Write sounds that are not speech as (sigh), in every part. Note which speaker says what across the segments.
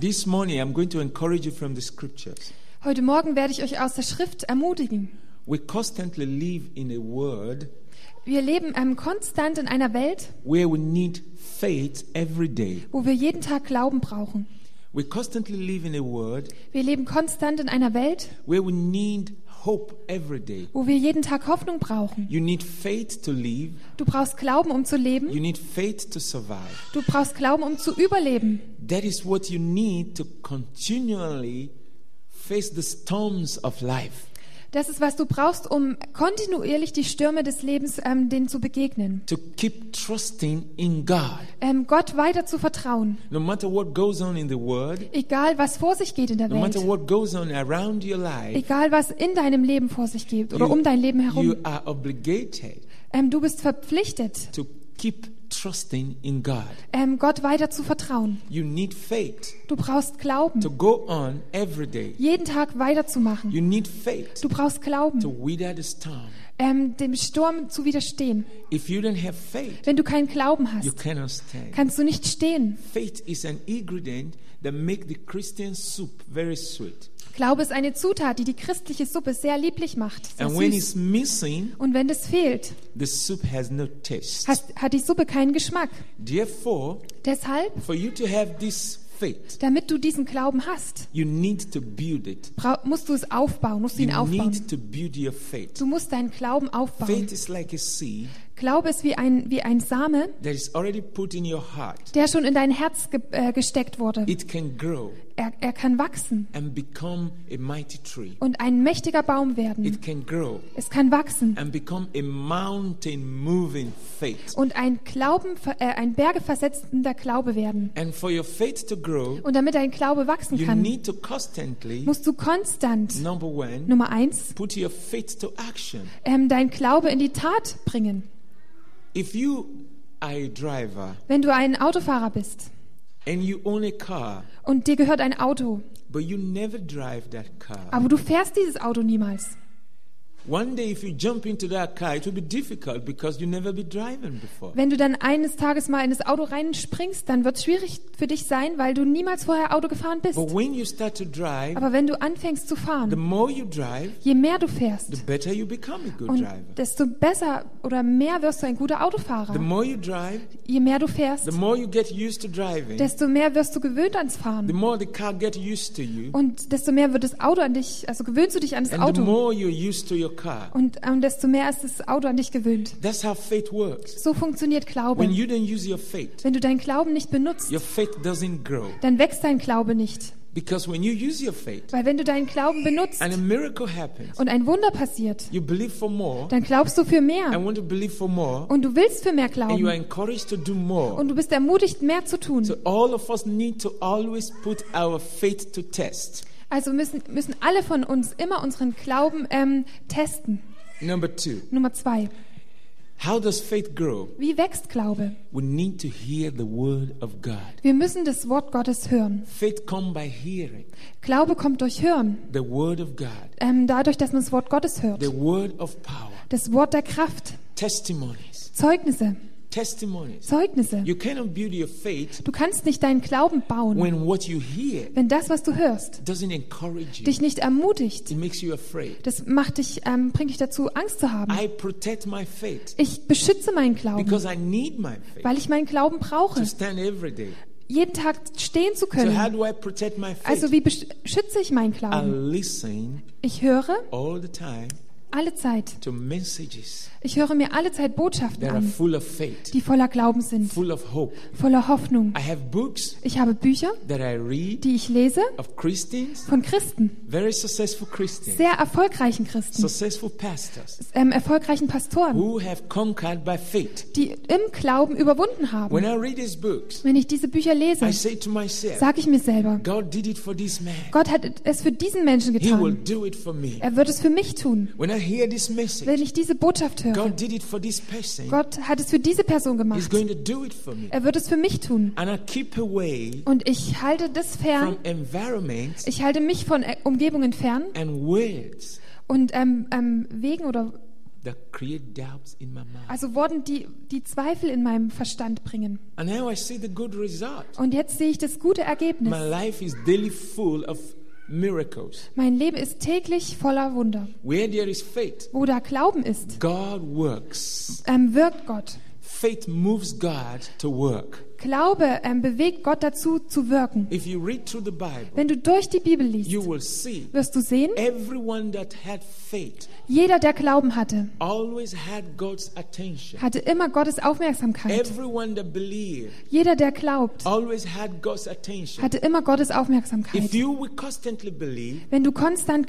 Speaker 1: This morning, I'm going to encourage you from the scriptures.
Speaker 2: Heute Morgen werde ich euch aus der Schrift ermutigen.
Speaker 1: We constantly live in a world
Speaker 2: Wir leben ähm, konstant in einer Welt,
Speaker 1: where we need faith every day.
Speaker 2: wo wir jeden Tag Glauben brauchen.
Speaker 1: We constantly live in a world
Speaker 2: Wir leben konstant in einer Welt,
Speaker 1: where we need hope every day.
Speaker 2: wo wir jeden Tag Hoffnung brauchen.
Speaker 1: You need faith to live,
Speaker 2: Du brauchst Glauben, um zu leben.
Speaker 1: you need faith to survive.
Speaker 2: Du brauchst Glauben, um zu überleben.
Speaker 1: That is what you need to continually face the storms of life.
Speaker 2: Das ist, was du brauchst, um kontinuierlich die Stürme des Lebens ähm, denen zu begegnen.
Speaker 1: To keep trusting in God.
Speaker 2: Ähm, Gott weiter zu vertrauen.
Speaker 1: No matter what goes on in the world,
Speaker 2: Egal, was vor sich geht in der
Speaker 1: no matter
Speaker 2: Welt.
Speaker 1: what goes on around your life,
Speaker 2: Egal, was in deinem Leben vor sich geht oder
Speaker 1: you-
Speaker 2: um dein Leben
Speaker 1: you
Speaker 2: herum.
Speaker 1: are obligated
Speaker 2: Ähm, du bist verpflichtet,
Speaker 1: to keep trusting in God.
Speaker 2: ähm, Gott weiter zu vertrauen.
Speaker 1: You need faith
Speaker 2: Du brauchst Glauben.
Speaker 1: to go on every day.
Speaker 2: jeden Tag weiterzumachen.
Speaker 1: You need faith
Speaker 2: Du brauchst
Speaker 1: to
Speaker 2: Glauben,
Speaker 1: weather the storm.
Speaker 2: ähm, dem Sturm zu widerstehen.
Speaker 1: If you don't have faith,
Speaker 2: Wenn du keinen Glauben
Speaker 1: you
Speaker 2: hast,
Speaker 1: cannot stand.
Speaker 2: kannst du nicht stehen.
Speaker 1: Faith is an ingredient that make the Christian soup very sweet.
Speaker 2: Glaube ist eine Zutat, die die christliche Suppe sehr lieblich macht. Sehr
Speaker 1: And when
Speaker 2: süß.
Speaker 1: it's missing,
Speaker 2: Und wenn das fehlt,
Speaker 1: the soup has no taste.
Speaker 2: hast, hat die Suppe keinen Geschmack.
Speaker 1: Therefore,
Speaker 2: Deshalb,
Speaker 1: for you to have this faith,
Speaker 2: damit du diesen Glauben hast,
Speaker 1: you need to build it.
Speaker 2: brau- musst du es aufbauen, musst du ihn
Speaker 1: You
Speaker 2: aufbauen.
Speaker 1: need to build your faith.
Speaker 2: Du musst deinen Glauben aufbauen.
Speaker 1: Faith is like a seed
Speaker 2: Glaube ist wie ein, wie ein Same,
Speaker 1: that is already put in your heart.
Speaker 2: der schon in dein Herz ge äh, gesteckt wurde.
Speaker 1: It can grow
Speaker 2: Er, er kann wachsen
Speaker 1: and become a mighty tree.
Speaker 2: und ein mächtiger Baum werden.
Speaker 1: It can grow
Speaker 2: Es kann wachsen.
Speaker 1: and become a mountain moving faith.
Speaker 2: und ein Glauben, äh, ein bergeversetzender Glaube werden.
Speaker 1: And for your faith to grow,
Speaker 2: Und damit dein Glaube wachsen
Speaker 1: you
Speaker 2: kann,
Speaker 1: need to constantly,
Speaker 2: musst du konstant,
Speaker 1: number one,
Speaker 2: Nummer eins,
Speaker 1: put your faith to action.
Speaker 2: ähm, dein Glaube in die Tat bringen.
Speaker 1: If you are a driver
Speaker 2: Wenn du ein Autofahrer bist
Speaker 1: and you own a car,
Speaker 2: und dir gehört ein Auto,
Speaker 1: but you never drive that car,
Speaker 2: aber du fährst dieses Auto niemals.
Speaker 1: one day if you jump into that car, it will be difficult because you never been driving before.
Speaker 2: Wenn du dann eines Tages mal in das Auto reinspringst, dann wird es schwierig für dich sein, weil du niemals vorher Auto gefahren bist.
Speaker 1: But when you start to drive,
Speaker 2: Aber wenn du anfängst zu
Speaker 1: the
Speaker 2: fahren,
Speaker 1: more you drive,
Speaker 2: je mehr du
Speaker 1: the
Speaker 2: fährst
Speaker 1: better you become a good
Speaker 2: und
Speaker 1: driver.
Speaker 2: desto besser oder mehr wirst du ein guter
Speaker 1: The
Speaker 2: Autofahrer.
Speaker 1: more you drive,
Speaker 2: Je mehr du fährst,
Speaker 1: the more you get used to driving,
Speaker 2: desto mehr wirst du gewöhnt ans
Speaker 1: the
Speaker 2: Fahren.
Speaker 1: more the car gets used to you,
Speaker 2: Und desto mehr wird das Auto an dich, also gewöhnst du dich an das
Speaker 1: and the
Speaker 2: Auto.
Speaker 1: more you're used to your car.
Speaker 2: Und, ähm, desto mehr ist das Auto an dich gewöhnt.
Speaker 1: That's how faith works.
Speaker 2: So funktioniert Glaube.
Speaker 1: When you don't use your faith,
Speaker 2: Wenn du deinen Glauben nicht benutzt,
Speaker 1: your faith doesn't grow.
Speaker 2: dann wächst dein Glaube nicht.
Speaker 1: Because when you use your faith
Speaker 2: Weil wenn du deinen Glauben benutzt
Speaker 1: and a miracle happens,
Speaker 2: und ein Wunder passiert,
Speaker 1: you believe for more
Speaker 2: dann glaubst du für mehr.
Speaker 1: and want to believe for more,
Speaker 2: Und du willst für mehr
Speaker 1: and you are
Speaker 2: glauben.
Speaker 1: encouraged to do more.
Speaker 2: Und du bist ermutigt, mehr zu
Speaker 1: So
Speaker 2: tun.
Speaker 1: all of us need to always put our faith to test.
Speaker 2: Also müssen, müssen alle von uns immer unseren Glauben ähm, testen.
Speaker 1: Number two,
Speaker 2: Nummer zwei.
Speaker 1: how does faith grow?
Speaker 2: Wie wächst Glaube?
Speaker 1: We need to hear the word of God.
Speaker 2: Wir müssen das Wort Gottes hören.
Speaker 1: Faith comes by hearing
Speaker 2: Glaube kommt durch Hören.
Speaker 1: the word of God,
Speaker 2: ähm, dadurch, dass man das Wort Gottes hört.
Speaker 1: the word of power,
Speaker 2: Das Wort der Kraft.
Speaker 1: testimonies,
Speaker 2: Zeugnisse.
Speaker 1: testimonies.
Speaker 2: Zeugnisse.
Speaker 1: You cannot build your faith
Speaker 2: Du kannst nicht deinen Glauben bauen,
Speaker 1: when what you hear
Speaker 2: wenn das, was du hörst,
Speaker 1: doesn't encourage you.
Speaker 2: dich nicht ermutigt.
Speaker 1: It makes you afraid.
Speaker 2: Das macht dich, ähm, bringt dich dazu, Angst zu haben.
Speaker 1: I protect my faith
Speaker 2: Ich beschütze meinen Glauben,
Speaker 1: because I need my faith
Speaker 2: weil ich meinen Glauben brauche,
Speaker 1: to stand every day.
Speaker 2: jeden Tag stehen
Speaker 1: So
Speaker 2: zu
Speaker 1: how
Speaker 2: können.
Speaker 1: do I protect my
Speaker 2: Also
Speaker 1: faith?
Speaker 2: wie beschütze ich meinen
Speaker 1: I
Speaker 2: Glauben?
Speaker 1: listen
Speaker 2: Ich höre
Speaker 1: all the time
Speaker 2: alle Zeit.
Speaker 1: to messages
Speaker 2: Ich höre mir alle Zeit Botschaften
Speaker 1: that are
Speaker 2: an,
Speaker 1: full of faith,
Speaker 2: die voller Glauben sind,
Speaker 1: full of hope.
Speaker 2: voller Hoffnung.
Speaker 1: I have books
Speaker 2: Ich habe Bücher,
Speaker 1: that I read
Speaker 2: die ich lese,
Speaker 1: of Christians,
Speaker 2: von Christen.
Speaker 1: very successful Christians,
Speaker 2: sehr erfolgreichen Christen,
Speaker 1: successful pastors
Speaker 2: ähm, erfolgreichen Pastoren,
Speaker 1: who have conquered by faith.
Speaker 2: die im Glauben überwunden
Speaker 1: When
Speaker 2: haben.
Speaker 1: I read these books,
Speaker 2: Wenn ich diese Bücher lese,
Speaker 1: I say to myself,
Speaker 2: sage ich mir selber,
Speaker 1: God did it for this man.
Speaker 2: Gott hat es für diesen Menschen
Speaker 1: He will
Speaker 2: getan.
Speaker 1: do it for me.
Speaker 2: Er wird es für mich tun.
Speaker 1: When I hear this message,
Speaker 2: Wenn ich diese Botschaft höre,
Speaker 1: God did it for this person.
Speaker 2: Gott hat es für diese Person
Speaker 1: He's
Speaker 2: gemacht.
Speaker 1: going to do it for me.
Speaker 2: Er wird es für mich tun.
Speaker 1: And I keep away
Speaker 2: Und ich halte das fern.
Speaker 1: from environments
Speaker 2: Ich halte mich von äh, Umgebungen fern
Speaker 1: and words
Speaker 2: und ähm, ähm, Wegen oder
Speaker 1: that create doubts in my mind.
Speaker 2: Also wurden die, die Zweifel in meinem Verstand bringen.
Speaker 1: And now I see the good result.
Speaker 2: Und jetzt sehe ich das gute Ergebnis.
Speaker 1: My life is daily full of miracles.
Speaker 2: Mein Leben ist täglich voller Wunder.
Speaker 1: Where there is faith,
Speaker 2: Wo da Glauben ist,
Speaker 1: God works.
Speaker 2: ähm, wirkt Gott.
Speaker 1: Faith moves God to work.
Speaker 2: Glaube ähm, bewegt Gott dazu, zu wirken.
Speaker 1: If you read through the Bible,
Speaker 2: Wenn du durch die Bibel liest,
Speaker 1: you will see
Speaker 2: wirst du sehen,
Speaker 1: everyone that had faith
Speaker 2: jeder, der Glauben hatte,
Speaker 1: always had God's attention.
Speaker 2: hatte immer Gottes Aufmerksamkeit.
Speaker 1: Everyone that believed
Speaker 2: Jeder, der glaubt,
Speaker 1: always had God's attention.
Speaker 2: hatte immer Gottes
Speaker 1: If
Speaker 2: Aufmerksamkeit.
Speaker 1: you will constantly believe
Speaker 2: Wenn du konstant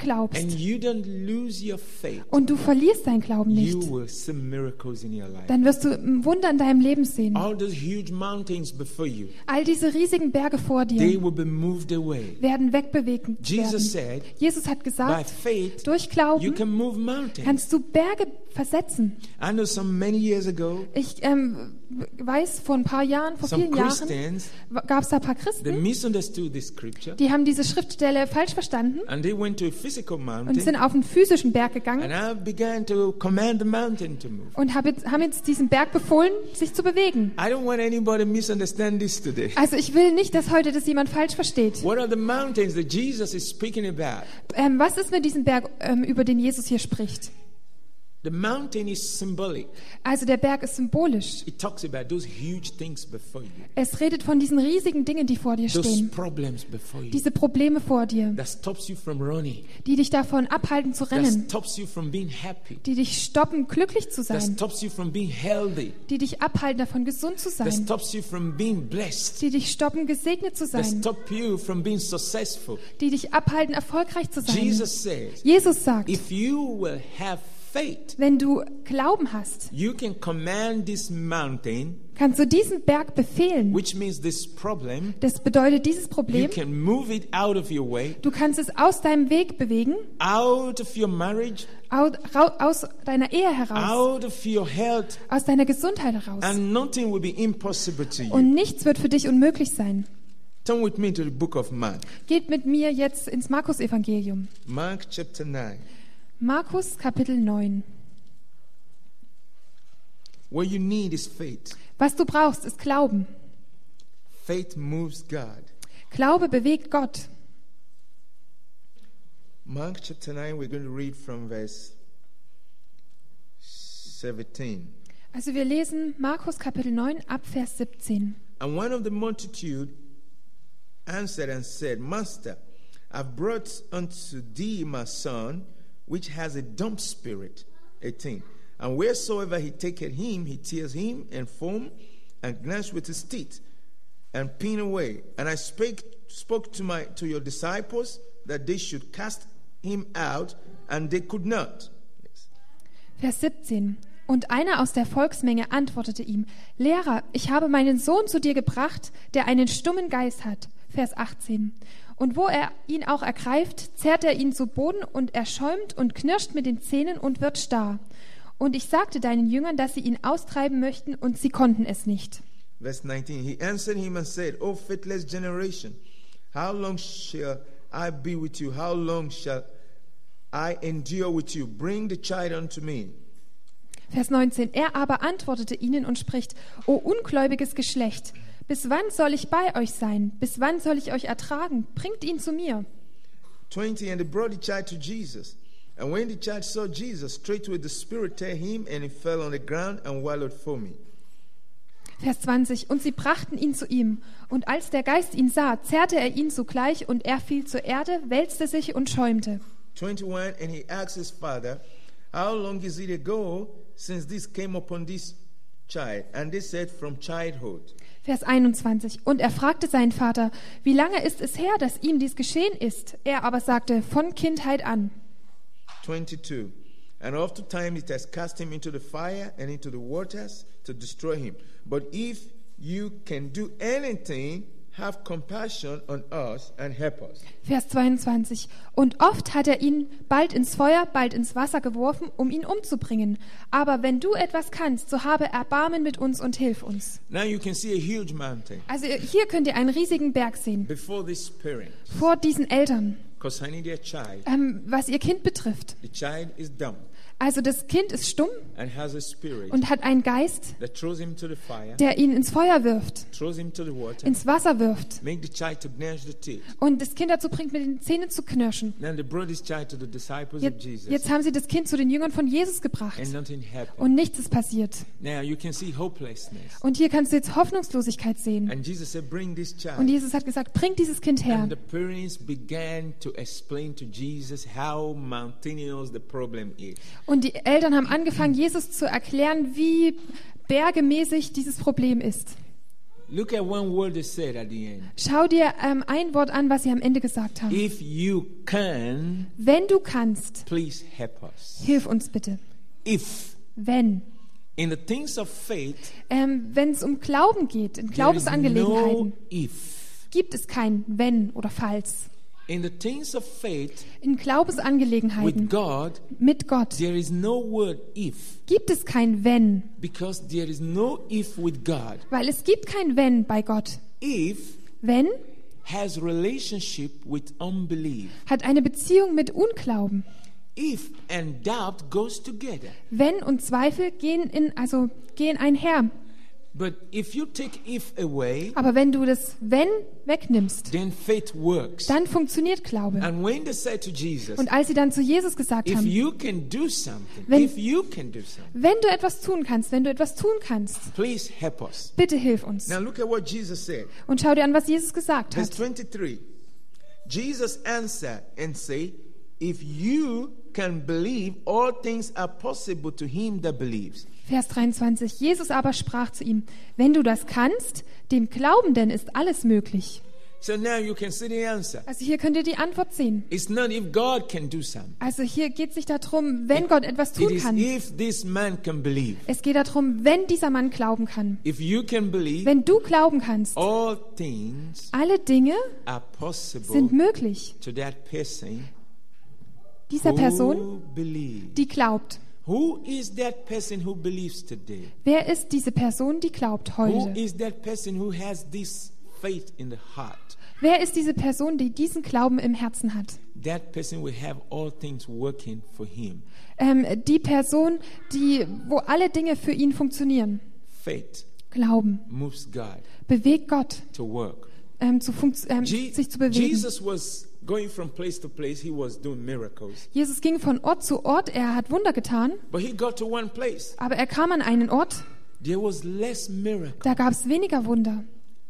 Speaker 1: and
Speaker 2: glaubst
Speaker 1: you don't lose your faith,
Speaker 2: und du verlierst deinen Glauben
Speaker 1: you
Speaker 2: nicht,
Speaker 1: will see miracles in your life.
Speaker 2: dann wirst du Wunder in deinem Leben sehen.
Speaker 1: All those huge mountains before you,
Speaker 2: All diese riesigen Berge vor
Speaker 1: they
Speaker 2: dir
Speaker 1: will be moved away.
Speaker 2: werden wegbewegt
Speaker 1: Jesus said,
Speaker 2: werden. Jesus hat
Speaker 1: by
Speaker 2: gesagt,
Speaker 1: faith,
Speaker 2: durch
Speaker 1: you
Speaker 2: Glauben
Speaker 1: can move mountains.
Speaker 2: kannst du Berge versetzen.
Speaker 1: I know some many years ago,
Speaker 2: Ich ähm, weiß, vor ein paar Jahren, vor
Speaker 1: some
Speaker 2: vielen Jahren,
Speaker 1: Christians,
Speaker 2: gab es da ein paar
Speaker 1: they
Speaker 2: Christen,
Speaker 1: misunderstood the scripture
Speaker 2: die haben diese Schriftstelle falsch verstanden
Speaker 1: and they went to a physical
Speaker 2: und sind
Speaker 1: mountain
Speaker 2: auf einen physischen Berg
Speaker 1: and
Speaker 2: gegangen
Speaker 1: I began to command the mountain to move.
Speaker 2: und hab jetzt, haben jetzt diesem Berg befohlen, sich zu bewegen.
Speaker 1: I don't want anybody to misunderstand this today.
Speaker 2: Also ich will nicht, dass heute das jemand falsch versteht.
Speaker 1: What are the mountains that Jesus is speaking about?
Speaker 2: Ähm, was ist mit diesem Berg, ähm, über den Jesus hier spricht?
Speaker 1: The mountain is symbolic.
Speaker 2: Also der Berg ist symbolisch.
Speaker 1: It talks about those huge things before you,
Speaker 2: Es redet von diesen riesigen Dingen, die vor dir
Speaker 1: those
Speaker 2: stehen.
Speaker 1: problems before you.
Speaker 2: Diese Probleme vor dir,
Speaker 1: That stops you from running.
Speaker 2: die dich davon abhalten zu
Speaker 1: That
Speaker 2: rennen,
Speaker 1: stops you from being happy.
Speaker 2: die dich stoppen, glücklich zu
Speaker 1: That
Speaker 2: sein,
Speaker 1: stops you from being healthy.
Speaker 2: die dich abhalten, davon gesund zu
Speaker 1: That
Speaker 2: sein,
Speaker 1: stops you from being blessed.
Speaker 2: die dich stoppen, gesegnet zu
Speaker 1: That
Speaker 2: sein,
Speaker 1: stop you from being successful.
Speaker 2: die dich abhalten, erfolgreich zu sein.
Speaker 1: Jesus says,
Speaker 2: Jesus sagt,
Speaker 1: if you will have faith,
Speaker 2: wenn du Glauben hast,
Speaker 1: you can command this mountain,
Speaker 2: kannst du diesen Berg befehlen.
Speaker 1: which means this problem.
Speaker 2: Das bedeutet dieses
Speaker 1: You
Speaker 2: Problem,
Speaker 1: can move it out of your way,
Speaker 2: du kannst es aus deinem Weg bewegen,
Speaker 1: out of your marriage,
Speaker 2: au- rau- aus deiner Ehe heraus,
Speaker 1: out of your health,
Speaker 2: aus deiner Gesundheit heraus.
Speaker 1: and nothing will be impossible to you.
Speaker 2: Und nichts wird für dich unmöglich sein.
Speaker 1: Turn with me to the book of Mark,
Speaker 2: Geht mit mir jetzt ins Markus-Evangelium.
Speaker 1: Mark chapter 9.
Speaker 2: Markus Kapitel 9.
Speaker 1: What you need is faith.
Speaker 2: Was du brauchst, ist Glauben.
Speaker 1: Faith moves God.
Speaker 2: Glaube bewegt Gott.
Speaker 1: Mark chapter 9, we're going to read from verse 17.
Speaker 2: Also wir lesen Markus Kapitel 9 ab Vers 17.
Speaker 1: And one of the multitude answered and said, Master, I've brought unto thee my son, which has a dumb spirit. 18. And wheresoever he taketh him, he tears him and foam and gnash with his teeth and pin away. And I spake, spoke to, my, to your disciples that they should cast him out, and they could not.
Speaker 2: Vers 17. Und einer aus der Volksmenge antwortete ihm, Lehrer, ich habe meinen Sohn zu dir gebracht, der einen stummen Geist hat. Vers 18. Und wo er ihn auch ergreift, zerrt er ihn zu Boden und er schäumt und knirscht mit den Zähnen und wird starr. Und ich sagte deinen Jüngern, dass sie ihn austreiben möchten, und sie konnten es nicht.
Speaker 1: Verse 19 He answered him and said, O faithless generation, how long shall I be with you? How long shall I endure with you? Bring the child unto me.
Speaker 2: Vers 19. Er aber antwortete ihnen und spricht, O ungläubiges Geschlecht, bis wann soll ich bei euch sein? Bis wann soll ich euch ertragen? Bringt ihn zu mir.
Speaker 1: 20 And they brought the child to Jesus. And when the child saw Jesus, straightway the spirit tear him, and he fell on the ground and wallowed foaming.
Speaker 2: Vers 20. Und sie brachten ihn zu ihm. Und als der Geist ihn sah, zerrte er ihn sogleich und er fiel zur Erde, wälzte sich und schäumte.
Speaker 1: 21 And he asked his father, How long is it ago since this came upon this child? And they said, From childhood.
Speaker 2: Vers 21. Und er fragte seinen Vater, wie lange ist es her, dass ihm dies geschehen ist? Er aber sagte, von Kindheit an.
Speaker 1: 22. And oftentimes it has cast him into the fire and into the waters to destroy him. But if you can do anything, have compassion on us and help us.
Speaker 2: Vers 22. Und oft hat er ihn bald ins Feuer, bald ins Wasser geworfen, um ihn umzubringen. Aber wenn du etwas kannst, so habe Erbarmen mit uns und hilf uns.
Speaker 1: Now you can see a huge mountain
Speaker 2: Also hier könnt ihr einen riesigen Berg sehen.
Speaker 1: before this parent
Speaker 2: Vor diesen Eltern,
Speaker 1: concerning their child.
Speaker 2: ähm, was ihr Kind betrifft.
Speaker 1: The child is dumb.
Speaker 2: Also das Kind ist stumm
Speaker 1: and has a spirit
Speaker 2: und hat einen Geist,
Speaker 1: that throws him to the fire,
Speaker 2: der ihn ins Feuer wirft,
Speaker 1: throws him to the water,
Speaker 2: ins Wasser wirft
Speaker 1: make the child to gnash the teeth.
Speaker 2: und das Kind dazu bringt, mit den Zähnen zu knirschen.
Speaker 1: Then they brought this child to the disciples of
Speaker 2: Jetzt,
Speaker 1: Jesus,
Speaker 2: jetzt haben sie das Kind zu den Jüngern von Jesus gebracht
Speaker 1: and nothing happened.
Speaker 2: und nichts ist passiert.
Speaker 1: Now you can see hopelessness.
Speaker 2: Und hier kannst du jetzt Hoffnungslosigkeit sehen.
Speaker 1: And Jesus said, Bring this
Speaker 2: Und
Speaker 1: child.
Speaker 2: Jesus hat gesagt, bringt dieses Kind her.
Speaker 1: And the parents began to explain to Jesus how mountainous the problem is.
Speaker 2: Und die Eltern haben angefangen, Jesus zu erklären, wie bergemäßig dieses Problem ist.
Speaker 1: Look at one word they said at the end.
Speaker 2: Schau dir ähm, ein Wort an, was sie am Ende gesagt haben.
Speaker 1: If you can,
Speaker 2: Wenn du kannst,
Speaker 1: please help us.
Speaker 2: hilf uns bitte.
Speaker 1: If
Speaker 2: Wenn.
Speaker 1: in the things of faith,
Speaker 2: Ähm, Wenn es um Glauben geht,
Speaker 1: there
Speaker 2: in
Speaker 1: is no
Speaker 2: Glaubensangelegenheiten,
Speaker 1: if.
Speaker 2: gibt es kein Wenn oder Falls.
Speaker 1: In the things of faith
Speaker 2: In
Speaker 1: with
Speaker 2: Glaubensangelegenheiten
Speaker 1: God,
Speaker 2: mit Gott
Speaker 1: there is no word if
Speaker 2: gibt es kein Wenn,
Speaker 1: because there is no if with God.
Speaker 2: weil es gibt kein Wenn bei Gott.
Speaker 1: If
Speaker 2: Wenn
Speaker 1: has relationship with unbelief.
Speaker 2: hat eine Beziehung mit Unglauben.
Speaker 1: If and doubt goes together.
Speaker 2: Wenn und Zweifel gehen in also gehen einher.
Speaker 1: But if you take if away,
Speaker 2: Aber wenn du das Wenn wegnimmst,
Speaker 1: then faith works.
Speaker 2: dann funktioniert Glaube.
Speaker 1: And when they said to Jesus,
Speaker 2: Und als sie dann zu Jesus gesagt
Speaker 1: if
Speaker 2: haben,
Speaker 1: you can do something,
Speaker 2: Wenn-
Speaker 1: if you can do something,
Speaker 2: wenn du etwas tun kannst, wenn du etwas tun kannst,
Speaker 1: please help us.
Speaker 2: bitte hilf uns.
Speaker 1: Now look at what Jesus said.
Speaker 2: Und schau dir an, was Jesus gesagt
Speaker 1: Verse
Speaker 2: hat.
Speaker 1: 23. Jesus answered and said, If you can believe, all things are possible to him that believes.
Speaker 2: Vers 23. Jesus aber sprach zu ihm, wenn du das kannst, dem Glaubenden ist alles möglich.
Speaker 1: So now you can see the answer.
Speaker 2: Also hier könnt ihr die Antwort sehen.
Speaker 1: It's not if God can do something.
Speaker 2: Also hier geht es nicht darum, wenn Gott etwas
Speaker 1: It
Speaker 2: tun
Speaker 1: is
Speaker 2: kann.
Speaker 1: if this man can believe.
Speaker 2: Es geht darum, wenn dieser Mann glauben kann.
Speaker 1: If you can believe,
Speaker 2: Wenn du glauben kannst,
Speaker 1: all things
Speaker 2: alle Dinge
Speaker 1: are
Speaker 2: sind
Speaker 1: possible
Speaker 2: möglich.
Speaker 1: to that person Oh.
Speaker 2: Dieser Person,
Speaker 1: who believes.
Speaker 2: die glaubt.
Speaker 1: Who is that person who believes today?
Speaker 2: Wer ist diese Person, die glaubt
Speaker 1: Who
Speaker 2: heute?
Speaker 1: is that person who has this faith in the heart?
Speaker 2: Wer ist diese Person, die diesen Glauben im Herzen hat?
Speaker 1: That person will have all things working for him.
Speaker 2: Ähm, die Person, die, wo alle Dinge für ihn funktionieren.
Speaker 1: Faith
Speaker 2: Glauben
Speaker 1: moves God
Speaker 2: bewegt Gott,
Speaker 1: to work.
Speaker 2: ähm, zu funkt- ähm,
Speaker 1: Je-
Speaker 2: sich zu bewegen. Jesus.
Speaker 1: Jesus was going from place to place. He was doing miracles.
Speaker 2: ging von Ort zu Ort, er hat Wunder getan,
Speaker 1: But he got to one place.
Speaker 2: aber er kam an einen Ort,
Speaker 1: There was less miracle.
Speaker 2: da gab es weniger Wunder.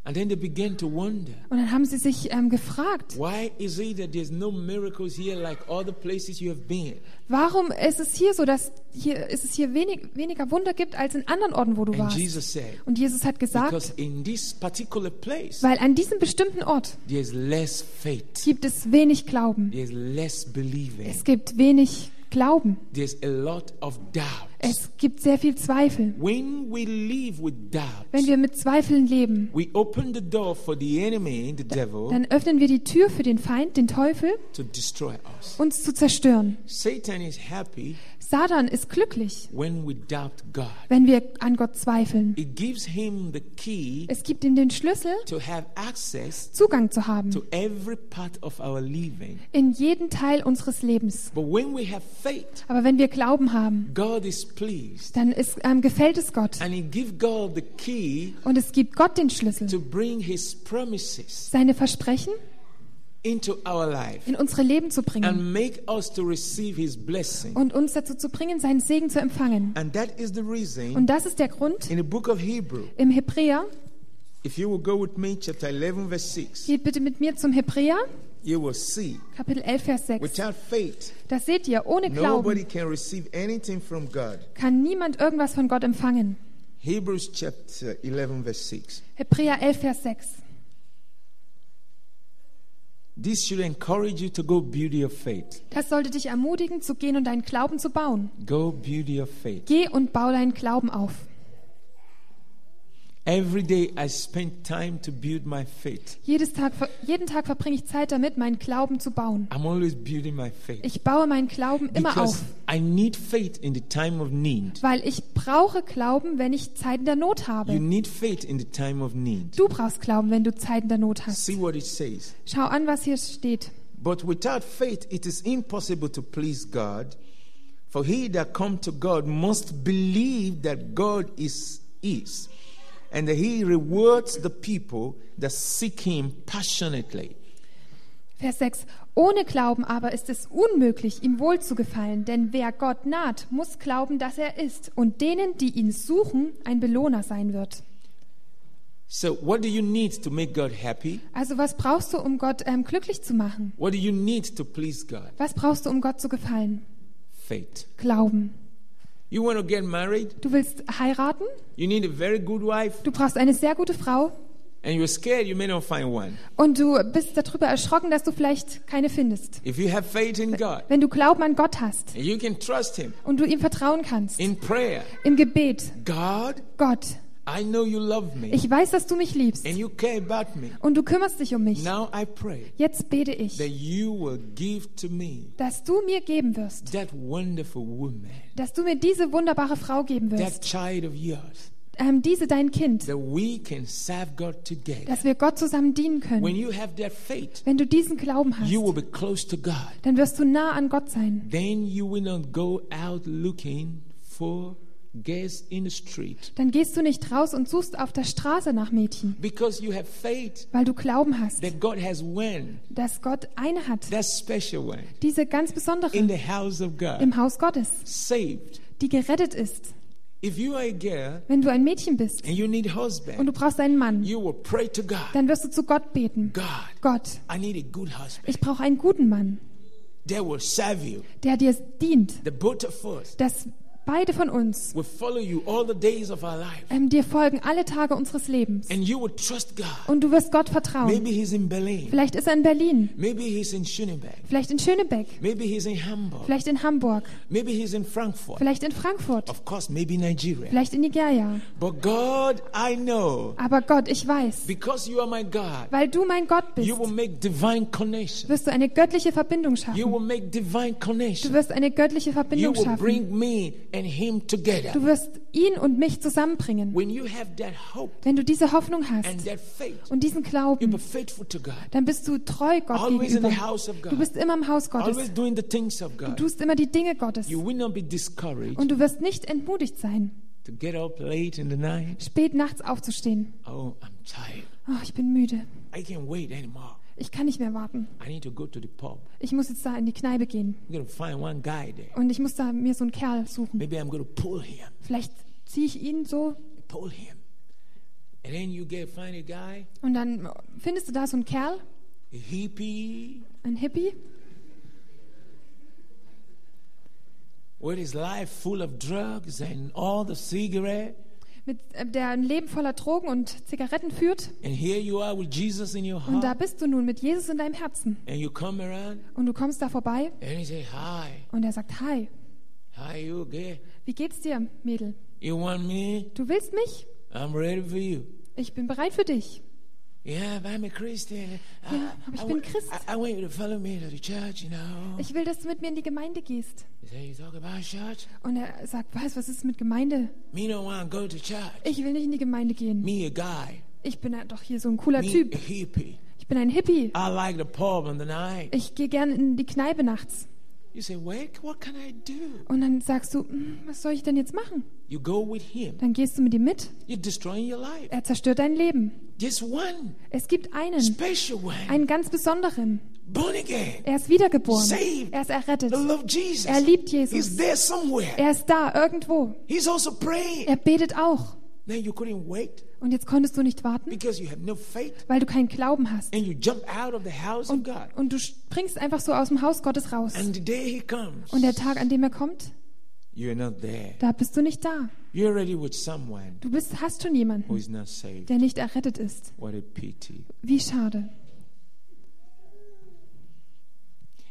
Speaker 1: And then they began to wonder.
Speaker 2: Und dann haben sie sich ähm, gefragt,
Speaker 1: Why is it that there's no miracles here like other places you have been?
Speaker 2: warum ist es hier so, dass hier, ist es hier wenig, weniger Wunder gibt als in anderen Orten, wo du
Speaker 1: And
Speaker 2: warst?
Speaker 1: Jesus said,
Speaker 2: Und Jesus hat
Speaker 1: because
Speaker 2: gesagt,
Speaker 1: in this particular place,
Speaker 2: weil an diesem bestimmten Ort
Speaker 1: there's less faith,
Speaker 2: gibt es wenig Glauben.
Speaker 1: there's less believing,
Speaker 2: Es gibt wenig Glauben.
Speaker 1: there's a lot of doubt.
Speaker 2: Es gibt sehr viel Zweifel.
Speaker 1: When we live with doubt,
Speaker 2: Wenn wir mit Zweifeln leben,
Speaker 1: we open the door for the enemy, the devil,
Speaker 2: dann öffnen wir die Tür für den Feind, den Teufel,
Speaker 1: to destroy us.
Speaker 2: uns zu zerstören.
Speaker 1: Satan is happy
Speaker 2: Satan ist glücklich,
Speaker 1: when we doubt God.
Speaker 2: wenn wir an Gott zweifeln.
Speaker 1: It gives him the key
Speaker 2: Es gibt ihm den Schlüssel,
Speaker 1: to have access
Speaker 2: Zugang zu haben
Speaker 1: to every part of our living.
Speaker 2: in jeden Teil unseres Lebens.
Speaker 1: But when we have faith,
Speaker 2: Aber wenn wir Glauben haben,
Speaker 1: God is pleased.
Speaker 2: dann ist, ähm, gefällt es Gott.
Speaker 1: And He give God the key
Speaker 2: Und es gibt Gott den Schlüssel,
Speaker 1: to bring His promises
Speaker 2: seine Versprechen
Speaker 1: into our life
Speaker 2: in unsere Leben zu bringen
Speaker 1: and make us to receive His blessing.
Speaker 2: und uns dazu zu bringen, seinen Segen zu empfangen.
Speaker 1: And that is the reason
Speaker 2: Und das ist der Grund
Speaker 1: in the book of Hebrew,
Speaker 2: im Hebräer.
Speaker 1: if you will go with me, chapter 11, verse 6,
Speaker 2: Geht bitte mit mir zum Hebräer,
Speaker 1: you will see
Speaker 2: Kapitel 11, Vers 6.
Speaker 1: without faith,
Speaker 2: Das seht ihr, ohne
Speaker 1: nobody
Speaker 2: Glauben
Speaker 1: can receive anything from God.
Speaker 2: kann niemand irgendwas von Gott empfangen.
Speaker 1: Hebrews chapter 11, verse 6.
Speaker 2: Hebräer 11, Vers 6.
Speaker 1: This should encourage you to go build your faith.
Speaker 2: Das sollte dich ermutigen, zu gehen und deinen Glauben zu bauen.
Speaker 1: Go build your faith.
Speaker 2: Geh und bau deinen Glauben auf.
Speaker 1: Every day I spend time to build my faith.
Speaker 2: Jedes Tag, ver- jeden Tag verbringe ich Zeit damit, meinen Glauben zu bauen.
Speaker 1: I'm always building my faith.
Speaker 2: Ich baue meinen Glauben immer
Speaker 1: Because
Speaker 2: auf,
Speaker 1: I need faith in the time of need.
Speaker 2: weil ich brauche Glauben, wenn ich Zeiten der Not
Speaker 1: You
Speaker 2: habe.
Speaker 1: need faith in the time of need.
Speaker 2: Du brauchst Glauben, wenn du Zeiten der Not hast.
Speaker 1: See what it says.
Speaker 2: Schau an, was hier steht.
Speaker 1: But without faith, it is impossible to please God. For he that come to God must believe that God is is, and that he rewards the people that seek him passionately.
Speaker 2: Vers 6. Ohne Glauben aber ist es unmöglich, ihm wohl zu gefallen, denn wer Gott naht, muss glauben, dass er ist und denen, die ihn suchen, ein Belohner sein wird.
Speaker 1: So what do you need to make God happy?
Speaker 2: Also was brauchst du, um Gott ähm, glücklich zu machen?
Speaker 1: What do you need to please God?
Speaker 2: Was brauchst du, um Gott zu gefallen?
Speaker 1: Faith.
Speaker 2: Glauben.
Speaker 1: You want to get married?
Speaker 2: Du willst heiraten?
Speaker 1: You need a very good wife,
Speaker 2: Du brauchst eine sehr gute Frau
Speaker 1: and you're scared you may not find one.
Speaker 2: und du bist darüber erschrocken, dass du vielleicht keine findest.
Speaker 1: If you have faith in God,
Speaker 2: Wenn du Glauben an Gott hast
Speaker 1: and you can trust Him
Speaker 2: und du ihm vertrauen kannst,
Speaker 1: in prayer.
Speaker 2: im Gebet,
Speaker 1: God,
Speaker 2: Gott,
Speaker 1: I know you love me
Speaker 2: ich weiß, dass du mich liebst
Speaker 1: and you care about me.
Speaker 2: und du kümmerst dich um mich.
Speaker 1: Now I pray
Speaker 2: Jetzt bete ich,
Speaker 1: that you will give to me
Speaker 2: dass du mir geben wirst,
Speaker 1: that wonderful woman,
Speaker 2: dass du mir diese wunderbare Frau geben
Speaker 1: that
Speaker 2: wirst,
Speaker 1: child of yours,
Speaker 2: ähm, diese dein Kind,
Speaker 1: that we can serve God together.
Speaker 2: dass wir Gott zusammen dienen
Speaker 1: When
Speaker 2: können.
Speaker 1: you have that faith,
Speaker 2: Wenn du diesen Glauben hast,
Speaker 1: you will be close to God.
Speaker 2: dann wirst du nah an Gott sein.
Speaker 1: Then you will not go out looking for guests in the street
Speaker 2: Dann gehst du nicht raus und suchst auf der Straße nach Mädchen,
Speaker 1: because you have faith
Speaker 2: weil du Glauben hast,
Speaker 1: that God has one,
Speaker 2: dass Gott eine hat,
Speaker 1: that special one,
Speaker 2: diese ganz
Speaker 1: in
Speaker 2: besondere
Speaker 1: the house of God,
Speaker 2: im Haus Gottes,
Speaker 1: saved.
Speaker 2: die gerettet ist.
Speaker 1: If you are a girl
Speaker 2: Wenn du ein Mädchen bist
Speaker 1: and you need
Speaker 2: und du
Speaker 1: husband,
Speaker 2: brauchst einen Mann,
Speaker 1: you will pray to God.
Speaker 2: dann wirst du zu Gott beten.
Speaker 1: God,
Speaker 2: Gott,
Speaker 1: I need a good husband
Speaker 2: ich brauche einen guten Mann,
Speaker 1: that will serve you.
Speaker 2: der dir dient,
Speaker 1: The both of us
Speaker 2: dass beide von uns
Speaker 1: will follow you all the days of our life,
Speaker 2: ähm, dir folgen alle Tage unseres Lebens.
Speaker 1: and you will trust God.
Speaker 2: Und du wirst Gott vertrauen.
Speaker 1: Maybe he's in Berlin.
Speaker 2: Vielleicht ist er in Berlin,
Speaker 1: Maybe he's in Schöneberg.
Speaker 2: vielleicht in Schönebeck,
Speaker 1: Maybe he's in Hamburg.
Speaker 2: vielleicht in Hamburg,
Speaker 1: Maybe he's in Frankfurt.
Speaker 2: vielleicht in Frankfurt,
Speaker 1: Of course, maybe Nigeria.
Speaker 2: vielleicht in Nigeria.
Speaker 1: But God, I know,
Speaker 2: Aber Gott, ich weiß,
Speaker 1: because you are my God,
Speaker 2: weil du mein Gott bist,
Speaker 1: you will make divine connection.
Speaker 2: wirst du eine göttliche Verbindung
Speaker 1: You
Speaker 2: schaffen.
Speaker 1: will make divine
Speaker 2: Du
Speaker 1: connection.
Speaker 2: wirst eine göttliche
Speaker 1: You
Speaker 2: Verbindung
Speaker 1: will
Speaker 2: schaffen.
Speaker 1: bring me and him together.
Speaker 2: Du wirst ihn und mich zusammenbringen.
Speaker 1: When you have that hope
Speaker 2: Wenn du diese Hoffnung
Speaker 1: and
Speaker 2: hast
Speaker 1: that faith,
Speaker 2: und diesen
Speaker 1: you'll be
Speaker 2: Glauben,
Speaker 1: faithful to God.
Speaker 2: dann bist du treu Gott
Speaker 1: Always in the
Speaker 2: gegenüber.
Speaker 1: house of
Speaker 2: Du
Speaker 1: God.
Speaker 2: bist immer im Haus
Speaker 1: Always
Speaker 2: Gottes.
Speaker 1: doing the things of
Speaker 2: Du
Speaker 1: God.
Speaker 2: tust immer die Dinge Gottes.
Speaker 1: You will not be discouraged
Speaker 2: Und du wirst nicht entmutigt sein,
Speaker 1: to get up late in the night.
Speaker 2: spät nachts aufzustehen.
Speaker 1: Oh, I'm tired.
Speaker 2: Oh, ich bin müde.
Speaker 1: I can't wait anymore.
Speaker 2: Ich kann nicht mehr warten.
Speaker 1: I need to go to the pub.
Speaker 2: Ich muss jetzt da in die Kneipe gehen.
Speaker 1: I'm going to find one guy there.
Speaker 2: Und ich muss da mir so einen Kerl suchen.
Speaker 1: Maybe I'm going to pull him.
Speaker 2: Vielleicht ziehe ich ihn so
Speaker 1: Pull him. And then you get find a guy,
Speaker 2: und dann findest du da so einen Kerl,
Speaker 1: a hippie,
Speaker 2: einen Hippie,
Speaker 1: with his life full of drugs and all the cigarette.
Speaker 2: mit, äh, der ein Leben voller Drogen und Zigaretten führt.
Speaker 1: And here you are with Jesus in your
Speaker 2: Und da
Speaker 1: heart.
Speaker 2: bist du nun mit Jesus in deinem Herzen.
Speaker 1: And you come around
Speaker 2: Und du kommst da vorbei
Speaker 1: and he say, Hi,
Speaker 2: und er sagt, hi,
Speaker 1: hi, you okay?
Speaker 2: wie geht's dir, Mädel?
Speaker 1: You want me?
Speaker 2: Du willst mich?
Speaker 1: I'm ready for you.
Speaker 2: Ich bin bereit für dich.
Speaker 1: Yeah, but I'm a Christian. I-
Speaker 2: Ja, aber ich
Speaker 1: I
Speaker 2: bin
Speaker 1: wa-
Speaker 2: Christ.
Speaker 1: I, I want you to follow me to the church, you know.
Speaker 2: Ich will, dass du mit mir in die Gemeinde gehst.
Speaker 1: He say, you talk about church?
Speaker 2: Und er sagt, was, was ist mit Gemeinde?
Speaker 1: Me don't want to go to church.
Speaker 2: Ich will nicht in die Gemeinde gehen.
Speaker 1: Me a guy.
Speaker 2: Ich bin ja doch hier so ein cooler
Speaker 1: Me a
Speaker 2: Typ.
Speaker 1: hippie.
Speaker 2: Ich bin ein Hippie.
Speaker 1: I like the pub in the night.
Speaker 2: Ich gehe gern in die Kneipe nachts.
Speaker 1: You say, wait, what can I do?
Speaker 2: Und dann sagst du, "Hm, was soll ich denn jetzt machen?
Speaker 1: You go with him.
Speaker 2: Dann gehst du mit ihm mit.
Speaker 1: You're destroying your life.
Speaker 2: Er zerstört dein Leben.
Speaker 1: Just one
Speaker 2: Es gibt einen,
Speaker 1: special one.
Speaker 2: einen ganz besonderen.
Speaker 1: Born again.
Speaker 2: Er ist wiedergeboren.
Speaker 1: Saved.
Speaker 2: Er ist errettet.
Speaker 1: I love Jesus.
Speaker 2: Er liebt
Speaker 1: He's
Speaker 2: Jesus.
Speaker 1: there somewhere.
Speaker 2: Er ist da, irgendwo.
Speaker 1: He's also praying.
Speaker 2: Er betet auch.
Speaker 1: Now you couldn't wait
Speaker 2: Und jetzt konntest du nicht warten,
Speaker 1: because you have no faith
Speaker 2: weil du keinen Glauben hast.
Speaker 1: and you jump out of the house of
Speaker 2: Und,
Speaker 1: God.
Speaker 2: und du springst einfach so aus dem Haus Gottes raus.
Speaker 1: And the day he comes,
Speaker 2: Und der Tag, an dem er kommt,
Speaker 1: you're not there.
Speaker 2: da bist du nicht da.
Speaker 1: You're already with someone
Speaker 2: Du bist, hast schon
Speaker 1: who
Speaker 2: jemanden,
Speaker 1: is not saved.
Speaker 2: der nicht errettet ist.
Speaker 1: What a pity.
Speaker 2: Wie schade.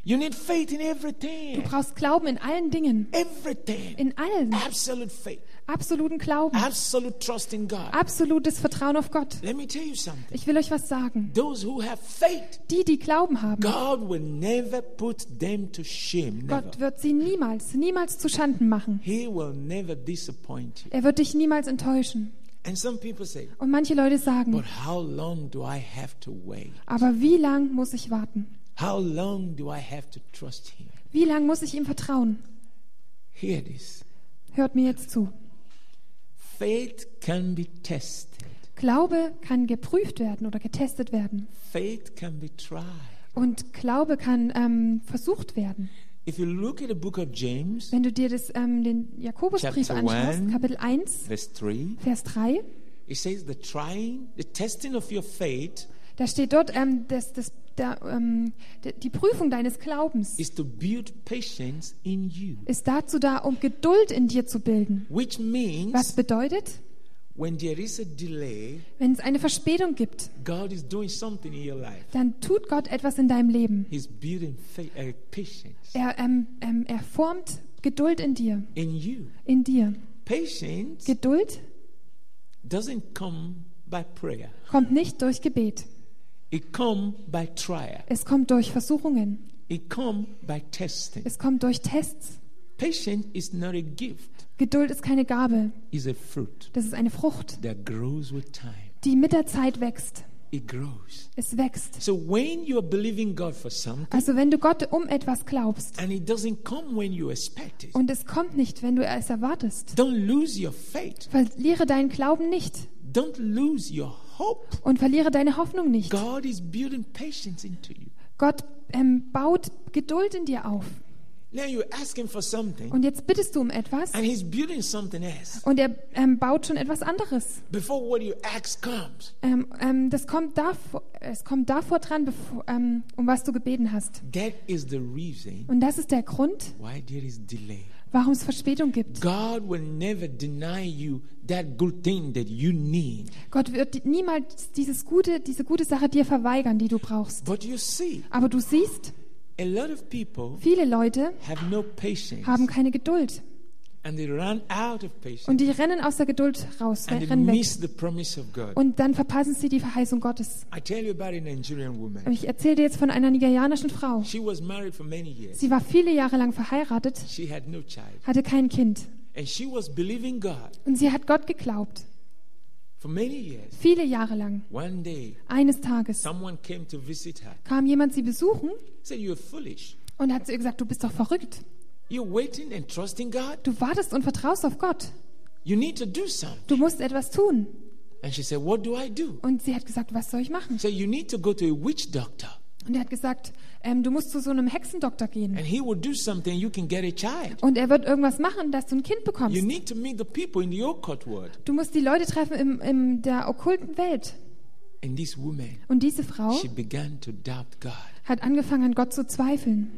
Speaker 1: You need faith in
Speaker 2: Du
Speaker 1: everything.
Speaker 2: brauchst Glauben in allen Dingen.
Speaker 1: Everything.
Speaker 2: In allen.
Speaker 1: Absolute faith.
Speaker 2: Absoluten Glauben.
Speaker 1: Absolute trust in God.
Speaker 2: Absolutes Vertrauen auf Gott.
Speaker 1: Let me tell you something.
Speaker 2: Ich will euch was sagen.
Speaker 1: Those who have faith,
Speaker 2: Die, die Glauben haben,
Speaker 1: God will never put them to shame. Never.
Speaker 2: Gott wird sie niemals, niemals zu Schanden machen.
Speaker 1: He will never disappoint you.
Speaker 2: Er wird dich niemals enttäuschen.
Speaker 1: And some people say,
Speaker 2: Und manche Leute
Speaker 1: but
Speaker 2: sagen,
Speaker 1: how long do I have to wait?
Speaker 2: aber wie lang muss ich warten?
Speaker 1: How long do I have to trust Him?
Speaker 2: Wie lang muss ich ihm vertrauen?
Speaker 1: Hear this.
Speaker 2: Hört mir jetzt zu.
Speaker 1: Faith can be tested.
Speaker 2: Glaube kann geprüft werden oder getestet werden.
Speaker 1: Faith can be tried.
Speaker 2: Und Glaube kann ähm, versucht werden.
Speaker 1: If you look at the book of James,
Speaker 2: Wenn du dir das, ähm, den Jakobusbrief
Speaker 1: Chapter
Speaker 2: anschaust,
Speaker 1: one.
Speaker 2: Kapitel 1,
Speaker 1: verse 3,
Speaker 2: Vers 3,
Speaker 1: it says the trying, the testing of your faith
Speaker 2: da steht dort, ähm, das, das, der, ähm, d- die Prüfung deines Glaubens
Speaker 1: is to build patience in you.
Speaker 2: ist dazu da, um Geduld in dir zu bilden.
Speaker 1: Which
Speaker 2: Was
Speaker 1: means
Speaker 2: bedeutet,
Speaker 1: when there is a delay,
Speaker 2: wenn es eine Verspätung gibt,
Speaker 1: God is doing something in your life.
Speaker 2: dann tut Gott etwas in deinem Leben.
Speaker 1: He's building faith, uh, patience
Speaker 2: Er, ähm, ähm, er formt Geduld in dir,
Speaker 1: in you.
Speaker 2: in dir.
Speaker 1: Patience
Speaker 2: Geduld
Speaker 1: doesn't come by prayer.
Speaker 2: kommt nicht durch Gebet.
Speaker 1: It comes by trial.
Speaker 2: Es kommt durch Versuchungen.
Speaker 1: It comes by testing.
Speaker 2: Es kommt durch Tests.
Speaker 1: Patience is not a gift,
Speaker 2: Geduld ist keine Gabe.
Speaker 1: it's a fruit
Speaker 2: Das ist eine Frucht,
Speaker 1: that grows with time.
Speaker 2: die mit der Zeit wächst.
Speaker 1: It grows.
Speaker 2: Es wächst.
Speaker 1: So when you are believing God for something
Speaker 2: Also wenn du Gott um etwas glaubst
Speaker 1: and it doesn't come when you expect it,
Speaker 2: und es kommt nicht, wenn du es erwartest,
Speaker 1: don't lose your faith.
Speaker 2: verliere deinen Glauben nicht
Speaker 1: Don't lose your hope.
Speaker 2: und verliere deine Hoffnung nicht.
Speaker 1: God is building patience into you.
Speaker 2: Gott ähm, baut Geduld in dir auf.
Speaker 1: Now you ask Him for something
Speaker 2: Und jetzt bittest du um etwas
Speaker 1: and He's building something else
Speaker 2: und er ähm, baut schon etwas anderes.
Speaker 1: before what you ask comes.
Speaker 2: Ähm, ähm, das kommt davor, es kommt davor dran, bevor, ähm, um was du gebeten hast.
Speaker 1: That is the reason
Speaker 2: Und das ist der Grund,
Speaker 1: why there is delay.
Speaker 2: warum es Verspätung gibt.
Speaker 1: God will never deny you that good thing that you need.
Speaker 2: Gott wird di- niemals dieses gute, diese gute Sache dir verweigern, die du brauchst.
Speaker 1: But you see,
Speaker 2: Aber du siehst,
Speaker 1: a lot of people
Speaker 2: viele Leute
Speaker 1: have no patience
Speaker 2: haben keine Geduld
Speaker 1: and they run out of patience
Speaker 2: und die rennen aus der Geduld raus,
Speaker 1: and they
Speaker 2: rennen weg
Speaker 1: miss the promise of God.
Speaker 2: und dann verpassen sie die Verheißung Gottes.
Speaker 1: I tell you about a Nigerian woman.
Speaker 2: Ich erzähle dir jetzt von einer nigerianischen Frau.
Speaker 1: She was married for many years.
Speaker 2: Sie war viele Jahre lang verheiratet,
Speaker 1: She had no child.
Speaker 2: hatte kein Kind
Speaker 1: And she was believing God
Speaker 2: und sie hat Gott geglaubt,
Speaker 1: for many years.
Speaker 2: viele Jahre lang.
Speaker 1: One day,
Speaker 2: Eines Tages
Speaker 1: someone came to visit her.
Speaker 2: kam jemand sie besuchen
Speaker 1: Said, You're foolish.
Speaker 2: und hat zu ihr gesagt, du bist doch verrückt.
Speaker 1: You're waiting and trusting God.
Speaker 2: Du wartest und vertraust auf Gott.
Speaker 1: You need to do something.
Speaker 2: Du musst etwas tun.
Speaker 1: And she said, What do I do?
Speaker 2: Und sie hat gesagt, was soll ich machen?
Speaker 1: So you need to go to a witch doctor,
Speaker 2: Und er hat gesagt, ähm, du musst zu so einem Hexendoktor gehen.
Speaker 1: and he will do something. You can get a child.
Speaker 2: Und er wird irgendwas machen, dass du ein Kind
Speaker 1: You
Speaker 2: bekommst.
Speaker 1: need to meet the people in the occult world.
Speaker 2: Du musst die Leute treffen in im, der okkulten Welt.
Speaker 1: And this woman,
Speaker 2: Und diese Frau
Speaker 1: she began to doubt God,
Speaker 2: hat angefangen, an Gott zu zweifeln.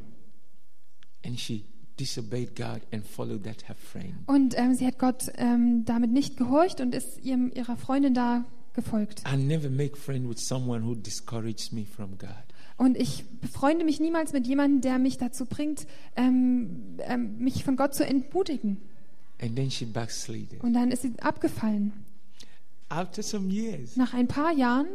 Speaker 1: and she disobeyed God and followed that her friend.
Speaker 2: Und ähm, sie hat Gott ähm, damit nicht gehorcht und ist ihrem, ihrer Freundin da gefolgt.
Speaker 1: I never make friend with someone who discourages me from God.
Speaker 2: Und ich befreunde mich niemals mit jemandem, der mich dazu bringt, ähm, ähm, mich von Gott zu entmutigen.
Speaker 1: And then she backslid.
Speaker 2: Und dann ist sie abgefallen.
Speaker 1: After some years,
Speaker 2: Nach ein paar Jahren,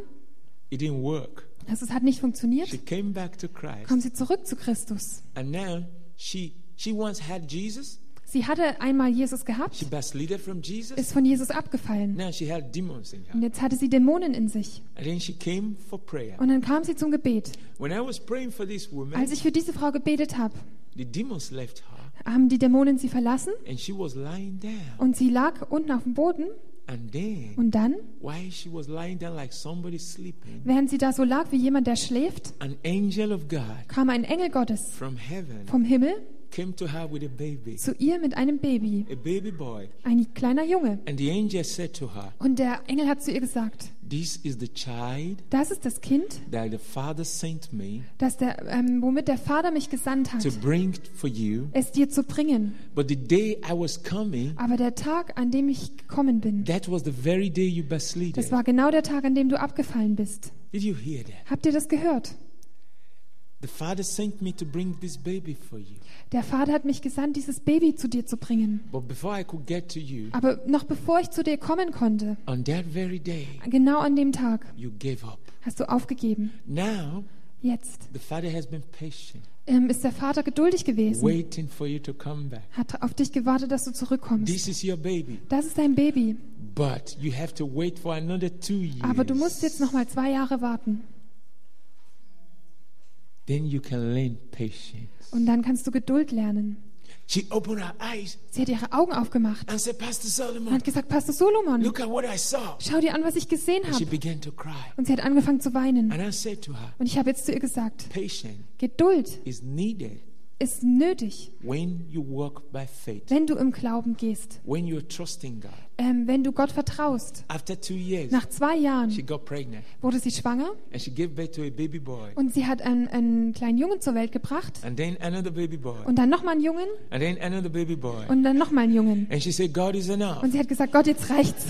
Speaker 1: it didn't work.
Speaker 2: also es hat nicht
Speaker 1: She
Speaker 2: funktioniert,
Speaker 1: came back to Christ,
Speaker 2: kam sie zurück zu Christus.
Speaker 1: and now she she once had Jesus.
Speaker 2: Sie hatte einmal Jesus
Speaker 1: She
Speaker 2: gehabt,
Speaker 1: backslid from Jesus.
Speaker 2: ist von Jesus abgefallen.
Speaker 1: Now she had demons in her.
Speaker 2: Und jetzt hatte sie Dämonen in sich.
Speaker 1: And then she came for prayer.
Speaker 2: Und dann kam sie zum Gebet.
Speaker 1: When I was praying for this
Speaker 2: Als
Speaker 1: woman,
Speaker 2: ich für diese Frau gebetet habe,
Speaker 1: the demons left her
Speaker 2: haben die Dämonen sie verlassen
Speaker 1: and she was lying down.
Speaker 2: und sie lag unten auf dem Boden.
Speaker 1: And then,
Speaker 2: Und dann,
Speaker 1: while she was lying down like somebody sleeping,
Speaker 2: während sie da so lag wie jemand, der schläft,
Speaker 1: an angel of God
Speaker 2: kam ein Engel Gottes
Speaker 1: from heaven
Speaker 2: vom Himmel
Speaker 1: came to her with a baby,
Speaker 2: zu ihr mit einem Baby,
Speaker 1: a baby boy.
Speaker 2: ein kleiner Junge.
Speaker 1: And the angel said to her,
Speaker 2: Und der Engel hat zu ihr gesagt,
Speaker 1: This is the child
Speaker 2: das ist das Kind,
Speaker 1: that the Father sent me
Speaker 2: das der, ähm, womit der Vater mich gesandt hat,
Speaker 1: to bring for you.
Speaker 2: es dir zu bringen.
Speaker 1: But the day I was coming,
Speaker 2: Aber der Tag, an dem ich gekommen bin,
Speaker 1: that was the very day you
Speaker 2: Das
Speaker 1: backslided.
Speaker 2: war genau der Tag, an dem du abgefallen bist.
Speaker 1: Did you hear that?
Speaker 2: Habt ihr das gehört?
Speaker 1: The Father sent me to bring this baby for you.
Speaker 2: Der Vater hat mich gesandt, dieses Baby zu dir zu bringen.
Speaker 1: But before I could get to you,
Speaker 2: Aber noch bevor ich zu dir kommen konnte,
Speaker 1: on that very day,
Speaker 2: genau an dem Tag,
Speaker 1: you gave up.
Speaker 2: hast du aufgegeben.
Speaker 1: Now,
Speaker 2: Jetzt
Speaker 1: the Father has been patient,
Speaker 2: ähm, ist der Vater geduldig gewesen,
Speaker 1: waiting for you to come back.
Speaker 2: hat auf dich gewartet, dass du zurückkommst.
Speaker 1: This is your baby,
Speaker 2: Das ist dein Baby,
Speaker 1: but you have to wait for another two years.
Speaker 2: aber du musst jetzt noch mal zwei Jahre warten
Speaker 1: Then you can learn patience.
Speaker 2: und dann kannst du Geduld lernen.
Speaker 1: She opened her eyes
Speaker 2: Sie hat ihre Augen aufgemacht
Speaker 1: and said, Pastor
Speaker 2: und
Speaker 1: Solomon,
Speaker 2: hat gesagt, Pastor Solomon,
Speaker 1: look at what I saw.
Speaker 2: schau dir an, was ich gesehen
Speaker 1: She
Speaker 2: habe.
Speaker 1: began to cry.
Speaker 2: Und sie hat angefangen zu weinen.
Speaker 1: And I said to her,
Speaker 2: Und ich habe jetzt zu ihr gesagt,
Speaker 1: Patience
Speaker 2: Geduld
Speaker 1: is needed
Speaker 2: ist nötig,
Speaker 1: when you walk by faith,
Speaker 2: wenn du im Glauben gehst,
Speaker 1: when you're trusting God.
Speaker 2: ähm, wenn du Gott vertraust.
Speaker 1: After two years,
Speaker 2: Nach zwei
Speaker 1: she
Speaker 2: Jahren
Speaker 1: got pregnant
Speaker 2: wurde sie schwanger
Speaker 1: and she gave birth to a baby boy,
Speaker 2: und sie hat einen, einen kleinen Jungen zur Welt gebracht
Speaker 1: and then another baby boy,
Speaker 2: und dann nochmal einen Jungen
Speaker 1: and then another baby boy.
Speaker 2: und dann nochmal einen Jungen.
Speaker 1: And she said, God is enough.
Speaker 2: Und sie hat gesagt, Gott, jetzt reicht's.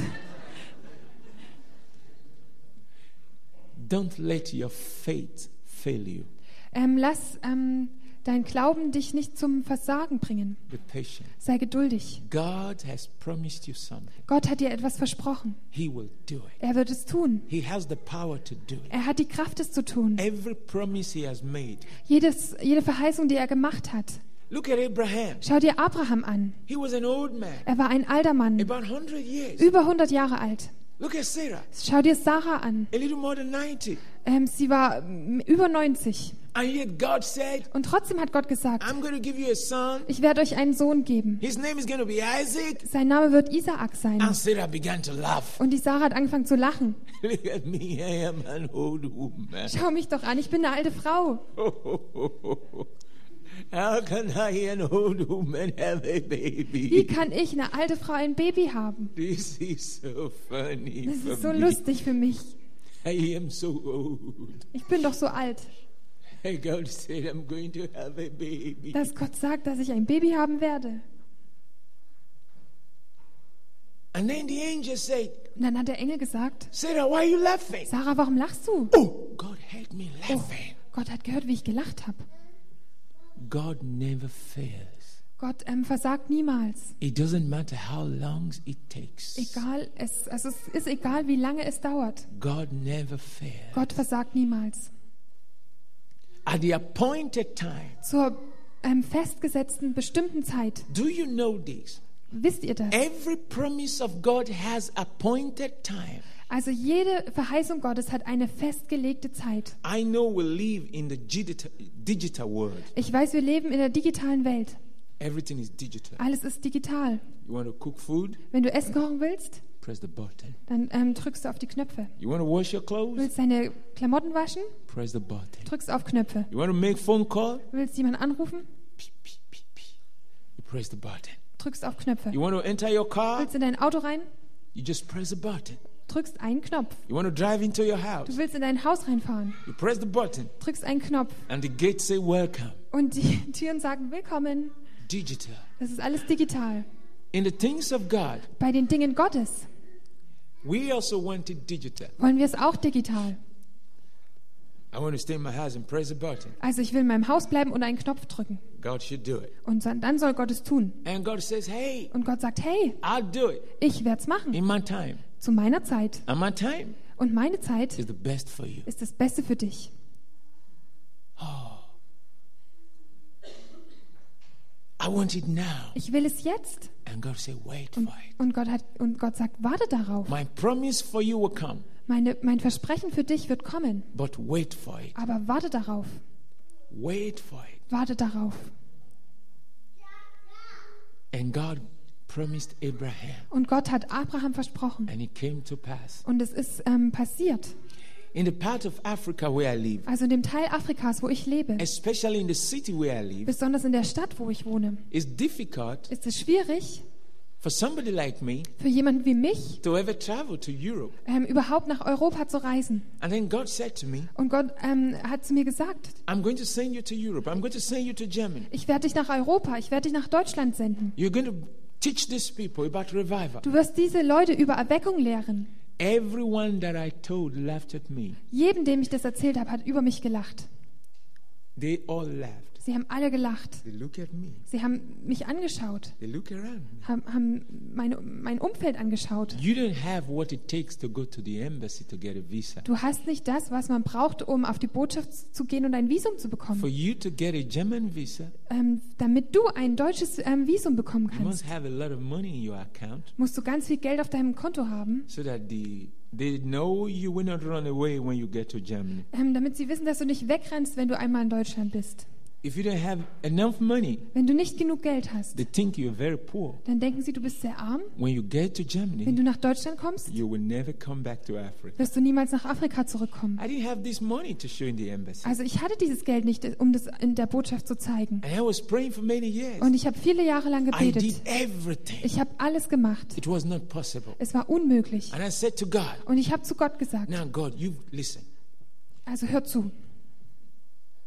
Speaker 1: Don't let your faith fail you.
Speaker 2: Ähm, lass ähm, dein Glauben dich nicht zum Versagen bringen.
Speaker 1: Be patient.
Speaker 2: Sei geduldig.
Speaker 1: God has promised you something.
Speaker 2: Gott hat dir etwas versprochen.
Speaker 1: He will do it.
Speaker 2: Er wird es tun.
Speaker 1: He has the power to do it.
Speaker 2: Er hat die Kraft, es zu tun.
Speaker 1: Every promise he has made.
Speaker 2: Jedes, jede Verheißung, die er gemacht hat.
Speaker 1: Look at Abraham.
Speaker 2: Schau dir Abraham an.
Speaker 1: He was an old man,
Speaker 2: Er war ein alter Mann,
Speaker 1: about 100 years.
Speaker 2: über 100 Jahre alt.
Speaker 1: Look at Sarah,
Speaker 2: Schau dir Sarah an.
Speaker 1: a little more than 90.
Speaker 2: Ähm, sie war ähm, über 90.
Speaker 1: And yet God said,
Speaker 2: Und trotzdem hat Gott gesagt,
Speaker 1: I'm going to give you a son.
Speaker 2: ich werde euch einen Sohn geben.
Speaker 1: His name is going to be Isaac.
Speaker 2: Sein Name wird Isaak sein.
Speaker 1: And Sarah began to laugh. (laughs)
Speaker 2: Und die Sarah hat angefangen zu lachen.
Speaker 1: Look at me, I am an old woman. (laughs)
Speaker 2: Schau mich doch an, ich bin eine alte Frau.
Speaker 1: How can I, an old woman, have a
Speaker 2: Wie
Speaker 1: baby?
Speaker 2: kann ich, eine alte Frau, ein Baby haben?
Speaker 1: (laughs) This is so funny.
Speaker 2: Das
Speaker 1: for
Speaker 2: ist so
Speaker 1: me.
Speaker 2: lustig für mich.
Speaker 1: I am so old.
Speaker 2: Ich bin doch so alt.
Speaker 1: And God said, I'm going to have a baby.
Speaker 2: Dass Gott sagt, dass ich ein Baby haben werde.
Speaker 1: And then the angel said,
Speaker 2: Und dann hat der Engel gesagt,
Speaker 1: Sarah, why are you laughing?
Speaker 2: Sarah, warum lachst du?
Speaker 1: Oh, God heard me laughing.
Speaker 2: Gott hat gehört, wie ich gelacht habe.
Speaker 1: God never fails.
Speaker 2: Gott ähm, versagt niemals.
Speaker 1: It doesn't matter how long it takes.
Speaker 2: Egal, es, also es ist egal, wie lange es dauert.
Speaker 1: God never fails.
Speaker 2: Gott versagt niemals.
Speaker 1: At the appointed time,
Speaker 2: Zur ähm, festgesetzten bestimmten Zeit.
Speaker 1: do you know this?
Speaker 2: Wisst ihr das?
Speaker 1: Every promise of God has appointed time.
Speaker 2: Also jede Verheißung Gottes hat eine festgelegte Zeit.
Speaker 1: I know we live in the digital, digital world.
Speaker 2: Ich weiß, wir leben in der digitalen Welt.
Speaker 1: Everything is digital.
Speaker 2: Alles ist digital.
Speaker 1: You want to cook food?
Speaker 2: Wenn du Essen kochen willst,
Speaker 1: Press the button.
Speaker 2: dann ähm, drückst du auf die Knöpfe.
Speaker 1: You want to wash your
Speaker 2: Du
Speaker 1: clothes?
Speaker 2: willst deine Klamotten waschen,
Speaker 1: Press the button.
Speaker 2: drückst auf Knöpfe.
Speaker 1: You want to make phone call?
Speaker 2: Du willst jemanden anrufen,
Speaker 1: Pee, pee, pee, pee. You press the button.
Speaker 2: drückst auf Knöpfe.
Speaker 1: You want to enter your car?
Speaker 2: Willst in dein Auto rein,
Speaker 1: You just press the button.
Speaker 2: drückst einen Knopf.
Speaker 1: You want to drive into your
Speaker 2: Du
Speaker 1: house?
Speaker 2: willst in dein Haus reinfahren,
Speaker 1: You press the button,
Speaker 2: drückst einen Knopf.
Speaker 1: and the gates say welcome.
Speaker 2: Und die (laughs) Türen sagen Willkommen.
Speaker 1: Digital.
Speaker 2: Das ist alles digital.
Speaker 1: In the things of God,
Speaker 2: Bei den Dingen Gottes
Speaker 1: we also want it digital.
Speaker 2: wollen wir es auch digital.
Speaker 1: I want to stay in my house and press the button.
Speaker 2: Also ich will in meinem Haus bleiben und einen Knopf drücken.
Speaker 1: God should do it.
Speaker 2: Und so- dann soll Gott es tun.
Speaker 1: And God says, hey,
Speaker 2: Und Gott sagt, hey,
Speaker 1: I'll do it
Speaker 2: ich werde es machen.
Speaker 1: in my time.
Speaker 2: Zu meiner Zeit.
Speaker 1: And my time
Speaker 2: Und meine Zeit
Speaker 1: is the best for you.
Speaker 2: ist das Beste für dich.
Speaker 1: I want it now.
Speaker 2: Ich will es jetzt.
Speaker 1: And God said, wait for
Speaker 2: Und,
Speaker 1: it.
Speaker 2: und, Gott, hat, und Gott sagt, warte darauf.
Speaker 1: My promise for you will come,
Speaker 2: Meine, mein Versprechen für dich wird kommen.
Speaker 1: but wait for it.
Speaker 2: Aber warte darauf.
Speaker 1: Wait for it.
Speaker 2: Warte darauf.
Speaker 1: And God promised Abraham,
Speaker 2: Und Gott hat Abraham versprochen.
Speaker 1: and it came to pass.
Speaker 2: Und es ist ähm, passiert.
Speaker 1: In the part of Africa where I live,
Speaker 2: Also in dem Teil Afrikas, wo ich lebe,
Speaker 1: especially in the city where I live,
Speaker 2: besonders in der Stadt, wo ich wohne,
Speaker 1: it's difficult
Speaker 2: ist es schwierig
Speaker 1: for somebody like me
Speaker 2: für jemanden wie mich,
Speaker 1: to ever travel to Europe.
Speaker 2: ähm, überhaupt nach Europa zu reisen.
Speaker 1: And then God said to me,
Speaker 2: Und Gott ähm, hat zu mir gesagt,
Speaker 1: I'm going to send you to Europe. I'm going to send you to Germany.
Speaker 2: ich werde dich nach Europa, ich werde dich nach Deutschland senden.
Speaker 1: You're going to teach these people about revival.
Speaker 2: Du wirst diese Leute über Erweckung lehren.
Speaker 1: Everyone that I told laughed at me.
Speaker 2: Jedem, dem ich das erzählt habe, hat über mich gelacht.
Speaker 1: They all laughed.
Speaker 2: Sie haben alle gelacht.
Speaker 1: They look at me.
Speaker 2: Sie haben mich angeschaut,
Speaker 1: They look around me.
Speaker 2: haben, haben mein, mein Umfeld angeschaut.
Speaker 1: You don't have what it takes to go to the embassy to get a visa.
Speaker 2: Du hast nicht das, was man braucht, um auf die Botschaft zu gehen und ein Visum zu
Speaker 1: For
Speaker 2: bekommen.
Speaker 1: you to get a German visa,
Speaker 2: Ähm, damit du ein deutsches ähm, Visum bekommen
Speaker 1: you must
Speaker 2: kannst,
Speaker 1: have a lot of money in your account
Speaker 2: musst du ganz viel Geld auf deinem Konto haben,
Speaker 1: so that the, they know you will not run away when you get to Germany.
Speaker 2: ähm, damit sie wissen, dass du nicht wegrennst, wenn du einmal in Deutschland bist.
Speaker 1: If you don't have enough money,
Speaker 2: Wenn du nicht genug Geld hast,
Speaker 1: they think you're very poor.
Speaker 2: dann denken sie, du bist sehr arm.
Speaker 1: When you get to
Speaker 2: Wenn
Speaker 1: Germany,
Speaker 2: du nach Deutschland kommst,
Speaker 1: you will never come back to Africa.
Speaker 2: wirst du niemals nach Afrika zurückkommen.
Speaker 1: I didn't have this money to show in the embassy.
Speaker 2: Also ich hatte dieses Geld nicht, um das in der Botschaft zu zeigen.
Speaker 1: And I was praying for many years.
Speaker 2: Und ich habe viele Jahre lang
Speaker 1: I did
Speaker 2: gebetet.
Speaker 1: everything.
Speaker 2: Ich habe alles gemacht.
Speaker 1: It was not possible.
Speaker 2: Es war unmöglich.
Speaker 1: And I said to God,
Speaker 2: Und ich habe zu Gott gesagt,
Speaker 1: now God, you listen.
Speaker 2: also hör zu.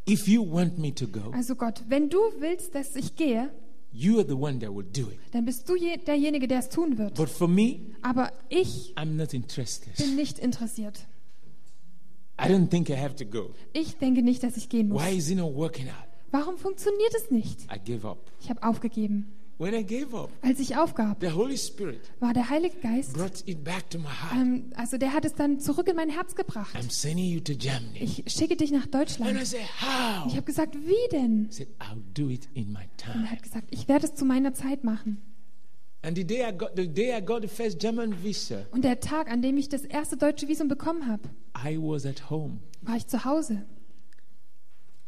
Speaker 1: If you want me to go,
Speaker 2: Also Gott, wenn du willst, dass ich gehe,
Speaker 1: you are the one that will do it.
Speaker 2: dann bist du je, derjenige, der es tun wird.
Speaker 1: But for me,
Speaker 2: Aber ich
Speaker 1: I'm not interested.
Speaker 2: bin nicht interessiert.
Speaker 1: I don't think I have to go.
Speaker 2: Ich denke nicht, dass ich gehen muss.
Speaker 1: Why is it not working out?
Speaker 2: Warum funktioniert es nicht?
Speaker 1: I gave up.
Speaker 2: Ich habe aufgegeben.
Speaker 1: When I gave up,
Speaker 2: Als ich aufgab,
Speaker 1: the Holy Spirit
Speaker 2: war der Heilige Geist,
Speaker 1: brought it back to my heart.
Speaker 2: ähm, also der hat es dann zurück in mein Herz gebracht.
Speaker 1: I'm sending you to Germany.
Speaker 2: Ich schicke dich nach
Speaker 1: And I
Speaker 2: Deutschland.
Speaker 1: said, How?
Speaker 2: Ich
Speaker 1: He
Speaker 2: habe gesagt, wie denn?
Speaker 1: said, I'll do it in my
Speaker 2: Und er
Speaker 1: time.
Speaker 2: hat gesagt, ich werde es zu meiner Zeit machen.
Speaker 1: And the day I got the day I got the first German visa,
Speaker 2: Und der Tag, an dem ich das erste deutsche Visum bekommen habe,
Speaker 1: I was at home.
Speaker 2: war ich zu Hause.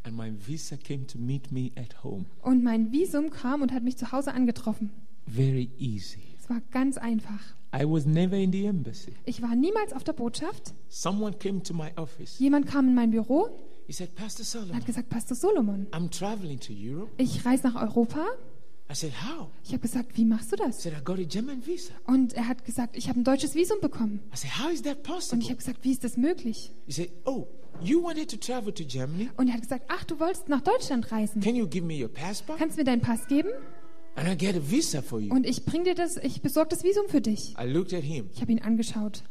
Speaker 1: And my visa came to meet me at home.
Speaker 2: Und mein Visum kam und hat mich zu Hause angetroffen.
Speaker 1: Very easy.
Speaker 2: Es war ganz einfach.
Speaker 1: I was never in the embassy.
Speaker 2: Ich war niemals auf der Botschaft.
Speaker 1: Someone came to my office.
Speaker 2: Jemand kam in mein Büro
Speaker 1: He said, Pastor
Speaker 2: und hat
Speaker 1: Solomon,
Speaker 2: gesagt, Pastor Solomon,
Speaker 1: I'm traveling to Europe.
Speaker 2: ich reise nach Europa.
Speaker 1: I said, How?
Speaker 2: Ich habe gesagt, wie machst du
Speaker 1: He
Speaker 2: das?
Speaker 1: said, I got a German visa.
Speaker 2: Und er hat gesagt, ich habe ein deutsches Visum bekommen.
Speaker 1: I said, How is that
Speaker 2: Und
Speaker 1: possible?
Speaker 2: ich habe gesagt, wie ist das möglich?
Speaker 1: He said, Oh, you wanted to travel to Germany?
Speaker 2: Und er hat gesagt, ach, du wolltest nach Deutschland reisen.
Speaker 1: Can you give me your passport?
Speaker 2: Kannst du mir deinen Pass geben?
Speaker 1: And I get a visa for you.
Speaker 2: Und ich bring dir das, ich besorge das Visum für dich.
Speaker 1: I looked at him.
Speaker 2: Ich habe ihn angeschaut.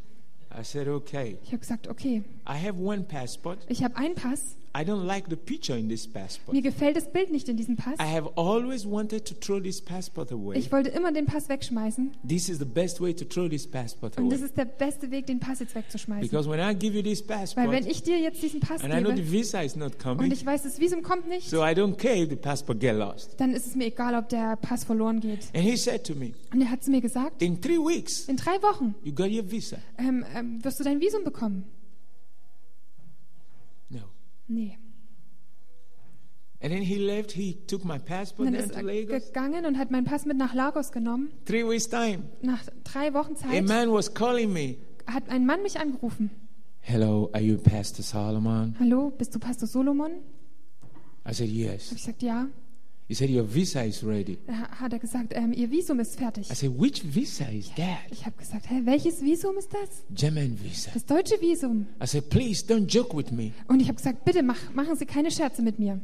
Speaker 1: I said, Okay,
Speaker 2: Ich habe gesagt, okay,
Speaker 1: I have one passport.
Speaker 2: ich habe einen Pass.
Speaker 1: I don't like the picture in this passport.
Speaker 2: Mir gefällt das Bild nicht in diesem Pass.
Speaker 1: I have always wanted to throw this passport away.
Speaker 2: Ich wollte immer den Pass wegschmeißen.
Speaker 1: This is the best way to throw this passport
Speaker 2: Und das
Speaker 1: away.
Speaker 2: ist der beste Weg, den Pass jetzt wegzuschmeißen.
Speaker 1: Because when I give you this
Speaker 2: Weil wenn
Speaker 1: passport,
Speaker 2: ich dir jetzt diesen Pass
Speaker 1: and I know the
Speaker 2: gebe
Speaker 1: visa is not
Speaker 2: und
Speaker 1: coming,
Speaker 2: ich weiß, das Visum kommt nicht,
Speaker 1: so I don't care if the passport get lost.
Speaker 2: dann ist es mir egal, ob der Pass verloren geht.
Speaker 1: And he said to me,
Speaker 2: Und er hat zu mir gesagt,
Speaker 1: In three weeks,
Speaker 2: in drei Wochen
Speaker 1: you got your visa.
Speaker 2: ähm, ähm, wirst du dein Visum bekommen.
Speaker 1: No.
Speaker 2: Nee.
Speaker 1: And then he left. He took my passport
Speaker 2: Und
Speaker 1: down
Speaker 2: dann ist
Speaker 1: to
Speaker 2: er
Speaker 1: Lagos.
Speaker 2: gegangen und hat meinen Pass mit nach Lagos genommen.
Speaker 1: Three weeks time,
Speaker 2: Nach drei Wochen
Speaker 1: a
Speaker 2: Zeit
Speaker 1: man was calling me.
Speaker 2: hat ein Mann mich angerufen.
Speaker 1: Hello, are you Pastor Solomon?
Speaker 2: Hallo, bist du Pastor Solomon?
Speaker 1: I said
Speaker 2: Hab
Speaker 1: yes.
Speaker 2: ich gesagt, ja.
Speaker 1: He said your visa is ready.
Speaker 2: Da hat er gesagt, ähm, ihr Visum ist fertig.
Speaker 1: I said which visa is that?
Speaker 2: Ich habe gesagt, hä, welches Visum ist das?
Speaker 1: German visa.
Speaker 2: Das deutsche Visum.
Speaker 1: I said please don't joke with me.
Speaker 2: Und ich habe gesagt, bitte mach, machen Sie keine Scherze mit mir.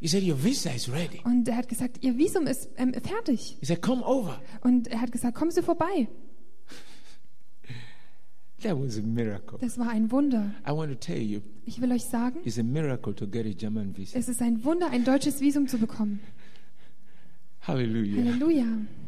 Speaker 1: He said your visa is ready.
Speaker 2: Und er hat gesagt, Ihr Visum ist ähm, fertig.
Speaker 1: He said come over.
Speaker 2: Und er hat gesagt, kommen Sie vorbei.
Speaker 1: That was a miracle.
Speaker 2: Das war ein Wunder.
Speaker 1: I want to tell you,
Speaker 2: Ich will euch sagen,
Speaker 1: it's a miracle to get a German visa.
Speaker 2: es ist ein Wunder, ein deutsches Visum zu bekommen.
Speaker 1: Hallelujah.
Speaker 2: Halleluja.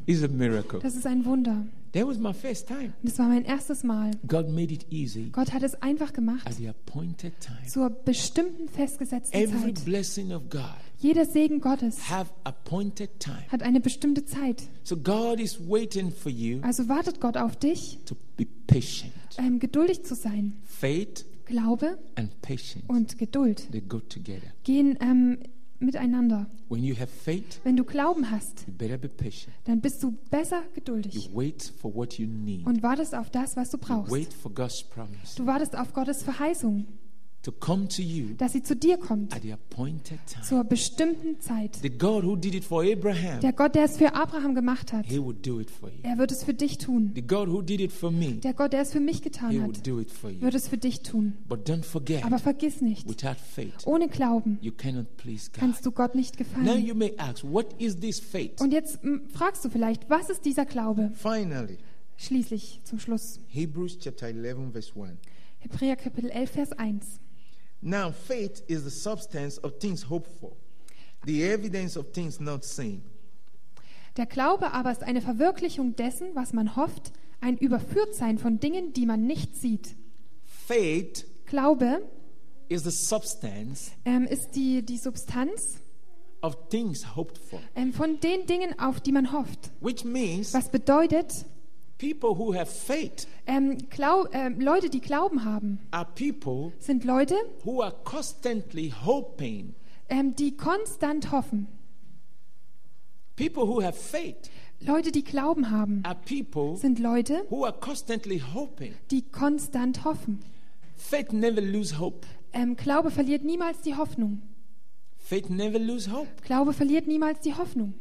Speaker 1: It's a miracle.
Speaker 2: Das ist ein Wunder.
Speaker 1: That was my first time.
Speaker 2: Und es war mein erstes Mal.
Speaker 1: God made it easy
Speaker 2: Gott hat es einfach
Speaker 1: at
Speaker 2: gemacht.
Speaker 1: the appointed time.
Speaker 2: Zur bestimmten festgesetzten
Speaker 1: Every
Speaker 2: Zeit.
Speaker 1: blessing of God
Speaker 2: Jeder Segen Gottes
Speaker 1: have appointed time.
Speaker 2: hat eine bestimmte Zeit.
Speaker 1: So God is waiting for you
Speaker 2: Also wartet Gott auf dich,
Speaker 1: to be patient.
Speaker 2: ähm, geduldig zu sein.
Speaker 1: Faith
Speaker 2: Glaube
Speaker 1: and patience
Speaker 2: und Geduld
Speaker 1: they go together.
Speaker 2: gehen ähm, miteinander.
Speaker 1: When you have faith,
Speaker 2: Wenn du Glauben hast,
Speaker 1: you better be patient.
Speaker 2: dann bist du besser
Speaker 1: You
Speaker 2: geduldig
Speaker 1: wait for what you need.
Speaker 2: und wartest auf das, was du
Speaker 1: You
Speaker 2: brauchst.
Speaker 1: wait for God's promise
Speaker 2: Du wartest auf Gottes Verheißung,
Speaker 1: to come to you
Speaker 2: dass sie zu dir kommt,
Speaker 1: at the appointed time.
Speaker 2: zur bestimmten Zeit.
Speaker 1: The God who did it for Abraham,
Speaker 2: Der Gott, der es für Abraham gemacht hat,
Speaker 1: He will do it for you.
Speaker 2: er wird es für dich tun.
Speaker 1: The God who did it for me,
Speaker 2: Der Gott, der es für mich
Speaker 1: He
Speaker 2: getan
Speaker 1: will
Speaker 2: hat,
Speaker 1: do it for you.
Speaker 2: wird es für dich tun.
Speaker 1: But don't forget,
Speaker 2: Aber vergiss nicht,
Speaker 1: without faith,
Speaker 2: ohne Glauben
Speaker 1: you cannot please God.
Speaker 2: kannst du Gott nicht
Speaker 1: Now
Speaker 2: gefallen.
Speaker 1: you may ask, what is this faith?
Speaker 2: Und jetzt m, fragst du vielleicht, was ist dieser Glaube?
Speaker 1: Finally,
Speaker 2: Schließlich zum Schluss.
Speaker 1: Hebrews chapter 11, verse 1.
Speaker 2: Hebräer Kapitel 11, Vers 1.
Speaker 1: Now, faith is the substance of things hoped for, the evidence of things not seen.
Speaker 2: Der Glaube aber ist eine Verwirklichung dessen, was man hofft, ein Überführtsein von Dingen, die man nicht sieht.
Speaker 1: Faith
Speaker 2: Glaube
Speaker 1: is the substance
Speaker 2: ähm, ist die, die Substanz
Speaker 1: of things hoped for,
Speaker 2: ähm, von den Dingen, auf die man hofft.
Speaker 1: which means
Speaker 2: Was bedeutet,
Speaker 1: people who have faith
Speaker 2: ähm, Glau ähm, Leute, die Glauben haben,
Speaker 1: are people
Speaker 2: sind Leute,
Speaker 1: who are constantly hoping
Speaker 2: ähm, die konstant hoffen.
Speaker 1: People who have faith
Speaker 2: Leute, die Glauben haben,
Speaker 1: are people
Speaker 2: sind Leute,
Speaker 1: who are constantly hoping.
Speaker 2: die konstant hoffen.
Speaker 1: Faith never lose hope.
Speaker 2: Ähm, Glaube verliert niemals die Hoffnung.
Speaker 1: Faith never lose hope.
Speaker 2: Glaube verliert niemals die Hoffnung.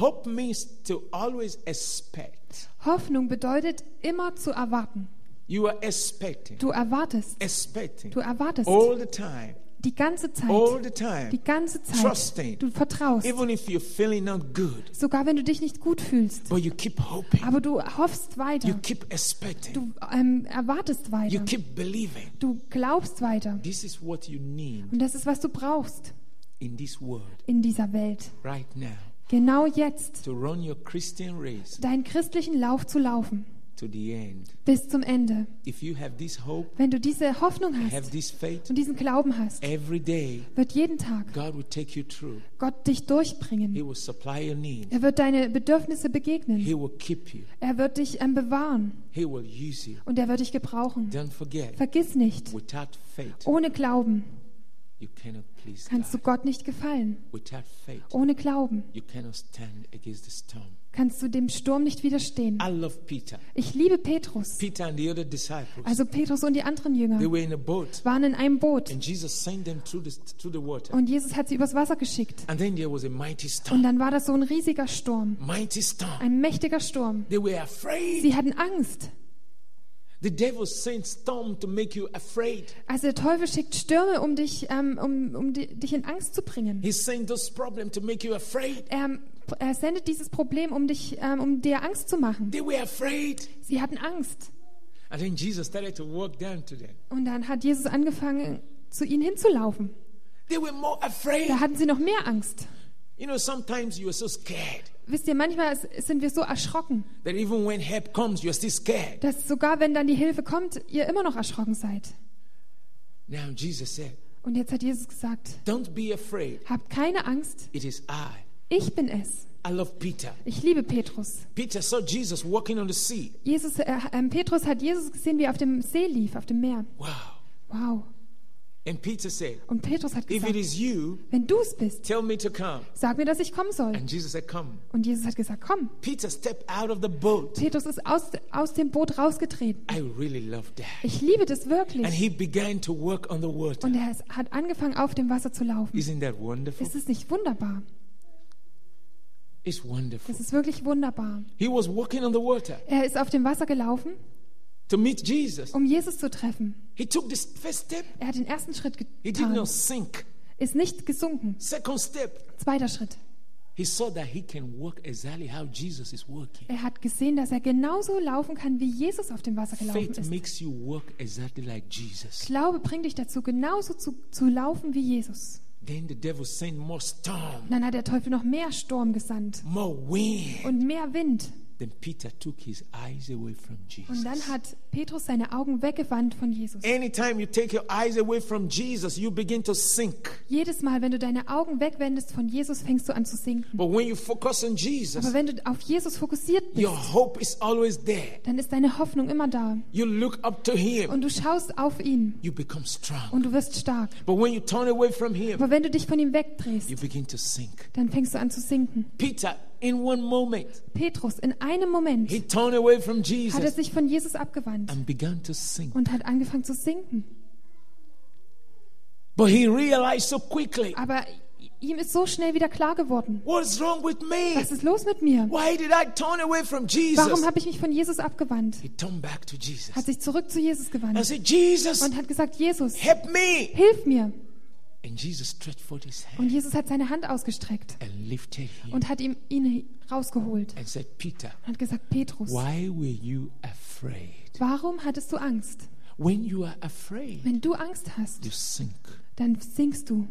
Speaker 1: Hope means to always expect.
Speaker 2: Hoffnung bedeutet immer zu erwarten.
Speaker 1: You are expecting.
Speaker 2: Du erwartest,
Speaker 1: Expecting.
Speaker 2: du erwartest
Speaker 1: All the time.
Speaker 2: die ganze
Speaker 1: All
Speaker 2: Zeit,
Speaker 1: the
Speaker 2: die
Speaker 1: time.
Speaker 2: ganze
Speaker 1: Trusting.
Speaker 2: Zeit. Du vertraust,
Speaker 1: Even if you're feeling not good,
Speaker 2: sogar wenn du dich nicht gut fühlst.
Speaker 1: but you keep hoping.
Speaker 2: Aber du hoffst
Speaker 1: You
Speaker 2: weiter.
Speaker 1: keep expecting.
Speaker 2: Du ähm, erwartest
Speaker 1: You
Speaker 2: weiter.
Speaker 1: keep believing.
Speaker 2: Du glaubst weiter.
Speaker 1: This is what you need
Speaker 2: Und das ist, was du brauchst
Speaker 1: in this world
Speaker 2: in dieser Welt.
Speaker 1: right now
Speaker 2: Genau jetzt
Speaker 1: to run your Christian race
Speaker 2: deinen christlichen Lauf zu laufen.
Speaker 1: to the end.
Speaker 2: Bis zum Ende.
Speaker 1: If you have this hope,
Speaker 2: Wenn du diese Hoffnung
Speaker 1: have
Speaker 2: hast
Speaker 1: this faith,
Speaker 2: und diesen Glauben hast,
Speaker 1: every day
Speaker 2: wird jeden Tag
Speaker 1: God will take you through.
Speaker 2: Gott dich durchbringen.
Speaker 1: He will supply your need.
Speaker 2: Er wird deine Bedürfnisse begegnen.
Speaker 1: He will keep you.
Speaker 2: Er wird dich ähm, bewahren
Speaker 1: He will use you.
Speaker 2: und er wird dich gebrauchen.
Speaker 1: Don't forget,
Speaker 2: Vergiss nicht,
Speaker 1: without faith,
Speaker 2: ohne Glauben
Speaker 1: you cannot please
Speaker 2: kannst du
Speaker 1: God.
Speaker 2: Gott nicht gefallen.
Speaker 1: Without faith,
Speaker 2: Ohne Glauben
Speaker 1: you cannot stand against the storm.
Speaker 2: kannst du dem Sturm nicht widerstehen.
Speaker 1: I love Peter.
Speaker 2: Ich liebe Petrus.
Speaker 1: Peter and the other disciples,
Speaker 2: Also Petrus und die anderen
Speaker 1: they
Speaker 2: Jünger
Speaker 1: were in a boat,
Speaker 2: waren in einem Boot
Speaker 1: and Jesus sent them through the, through the water.
Speaker 2: und Jesus hat sie übers Wasser geschickt.
Speaker 1: And then there was a mighty storm.
Speaker 2: Und dann war das so ein riesiger Sturm,
Speaker 1: Mighty storm.
Speaker 2: ein mächtiger Sturm.
Speaker 1: They were afraid.
Speaker 2: Sie hatten Angst.
Speaker 1: The devil sent storm to make you afraid.
Speaker 2: Also der Teufel schickt Stürme, um dich, ähm, um, um di- dich in Angst zu bringen.
Speaker 1: He sent those problem to make you afraid.
Speaker 2: Er, er sendet dieses Problem, um dich, ähm, um dir Angst zu machen.
Speaker 1: They were afraid.
Speaker 2: Sie hatten Angst.
Speaker 1: And then Jesus started to walk down to them.
Speaker 2: Und dann hat Jesus angefangen, zu ihnen hinzulaufen.
Speaker 1: They were more afraid.
Speaker 2: Da hatten sie noch mehr Angst.
Speaker 1: You know, sometimes you are so scared
Speaker 2: Wisst ihr, manchmal s- sind wir so erschrocken,
Speaker 1: that even when help comes, you're still scared.
Speaker 2: dass sogar wenn dann die Hilfe kommt, ihr immer noch erschrocken seid.
Speaker 1: Now Jesus said,
Speaker 2: Und jetzt hat Jesus gesagt,
Speaker 1: Don't be afraid.
Speaker 2: habt keine Angst,
Speaker 1: It is I.
Speaker 2: ich bin es.
Speaker 1: I love Peter.
Speaker 2: Ich liebe Petrus.
Speaker 1: Peter saw Jesus walking on the sea.
Speaker 2: Jesus äh, ähm, Petrus hat Jesus gesehen, wie er auf dem See lief, auf dem Meer.
Speaker 1: Wow.
Speaker 2: Wow.
Speaker 1: And Peter said,
Speaker 2: Und Petrus hat
Speaker 1: If it
Speaker 2: gesagt,
Speaker 1: is you,
Speaker 2: wenn du es bist,
Speaker 1: tell me to come.
Speaker 2: sag mir, dass ich kommen soll.
Speaker 1: And Jesus said, Come.
Speaker 2: Und Jesus hat gesagt, komm.
Speaker 1: Peter stepped out of the boat.
Speaker 2: Petrus ist aus, aus dem Boot rausgetreten.
Speaker 1: I really love that.
Speaker 2: Ich liebe das
Speaker 1: (laughs) And
Speaker 2: wirklich.
Speaker 1: he began to work on the water.
Speaker 2: Und er ist- hat angefangen, auf dem Wasser zu laufen.
Speaker 1: Isn't that wonderful?
Speaker 2: Ist es nicht wunderbar?
Speaker 1: It's wonderful.
Speaker 2: Das ist wirklich wunderbar.
Speaker 1: He was walking on the water
Speaker 2: Er ist auf dem Wasser gelaufen,
Speaker 1: to meet Jesus.
Speaker 2: um Jesus zu treffen.
Speaker 1: He took this first step.
Speaker 2: Er hat den ersten Schritt
Speaker 1: He did
Speaker 2: getan,
Speaker 1: not sink.
Speaker 2: ist nicht gesunken.
Speaker 1: Second step,
Speaker 2: Zweiter Schritt.
Speaker 1: he saw that he can walk exactly how Jesus is walking.
Speaker 2: Er hat gesehen, dass er genauso laufen kann, wie Jesus auf dem Wasser gelaufen
Speaker 1: Faith
Speaker 2: ist.
Speaker 1: makes you walk exactly like Jesus.
Speaker 2: Glaube bringt dich dazu, genauso zu, zu laufen wie Jesus.
Speaker 1: Then the devil sent more storm,
Speaker 2: Und dann hat der Teufel noch mehr Sturm gesandt
Speaker 1: more wind.
Speaker 2: und mehr Wind.
Speaker 1: Then Peter took his eyes away from
Speaker 2: Und
Speaker 1: Jesus.
Speaker 2: dann hat Petrus seine Augen weggewandt von Jesus.
Speaker 1: Anytime you take your eyes away from Jesus, you begin to sink.
Speaker 2: Jedes Mal, wenn du deine Augen wegwendest von Jesus, fängst du an zu sinken.
Speaker 1: But when you focus on Jesus,
Speaker 2: Aber wenn du auf Jesus fokussiert bist,
Speaker 1: your hope is always there.
Speaker 2: dann ist deine Hoffnung immer da.
Speaker 1: You look up to him,
Speaker 2: Und du schaust auf ihn
Speaker 1: you become strong.
Speaker 2: und du wirst stark.
Speaker 1: But when you turn away from him,
Speaker 2: Aber wenn du dich von ihm
Speaker 1: you
Speaker 2: wegdrehst,
Speaker 1: begin to sink.
Speaker 2: dann fängst du an zu sinken.
Speaker 1: Peter, in one moment,
Speaker 2: Petrus, in einem
Speaker 1: he
Speaker 2: Moment
Speaker 1: turned away from
Speaker 2: hat er
Speaker 1: Jesus
Speaker 2: sich von Jesus abgewandt
Speaker 1: and began to sink.
Speaker 2: und hat angefangen zu sinken.
Speaker 1: But he realized so quickly,
Speaker 2: Aber ihm ist so schnell wieder klar geworden.
Speaker 1: what's wrong with me?
Speaker 2: Was ist los mit mir?
Speaker 1: Why did I turn away from Jesus?
Speaker 2: Warum habe ich mich von Jesus abgewandt?
Speaker 1: He turned back to Jesus
Speaker 2: Hat sich zurück zu Jesus
Speaker 1: and
Speaker 2: gewandt
Speaker 1: said, Jesus,
Speaker 2: und hat gesagt, Jesus,
Speaker 1: help me.
Speaker 2: hilf mir.
Speaker 1: And Jesus stretched forth his
Speaker 2: Und
Speaker 1: hand
Speaker 2: Jesus hat seine Hand ausgestreckt
Speaker 1: and lifted him
Speaker 2: und hat ihm ihn rausgeholt
Speaker 1: and said, Peter,
Speaker 2: und hat gesagt, Petrus,
Speaker 1: why were you afraid?
Speaker 2: warum hattest du Angst?
Speaker 1: When you are afraid,
Speaker 2: Wenn du Angst hast,
Speaker 1: you sink.
Speaker 2: dann sinkst du.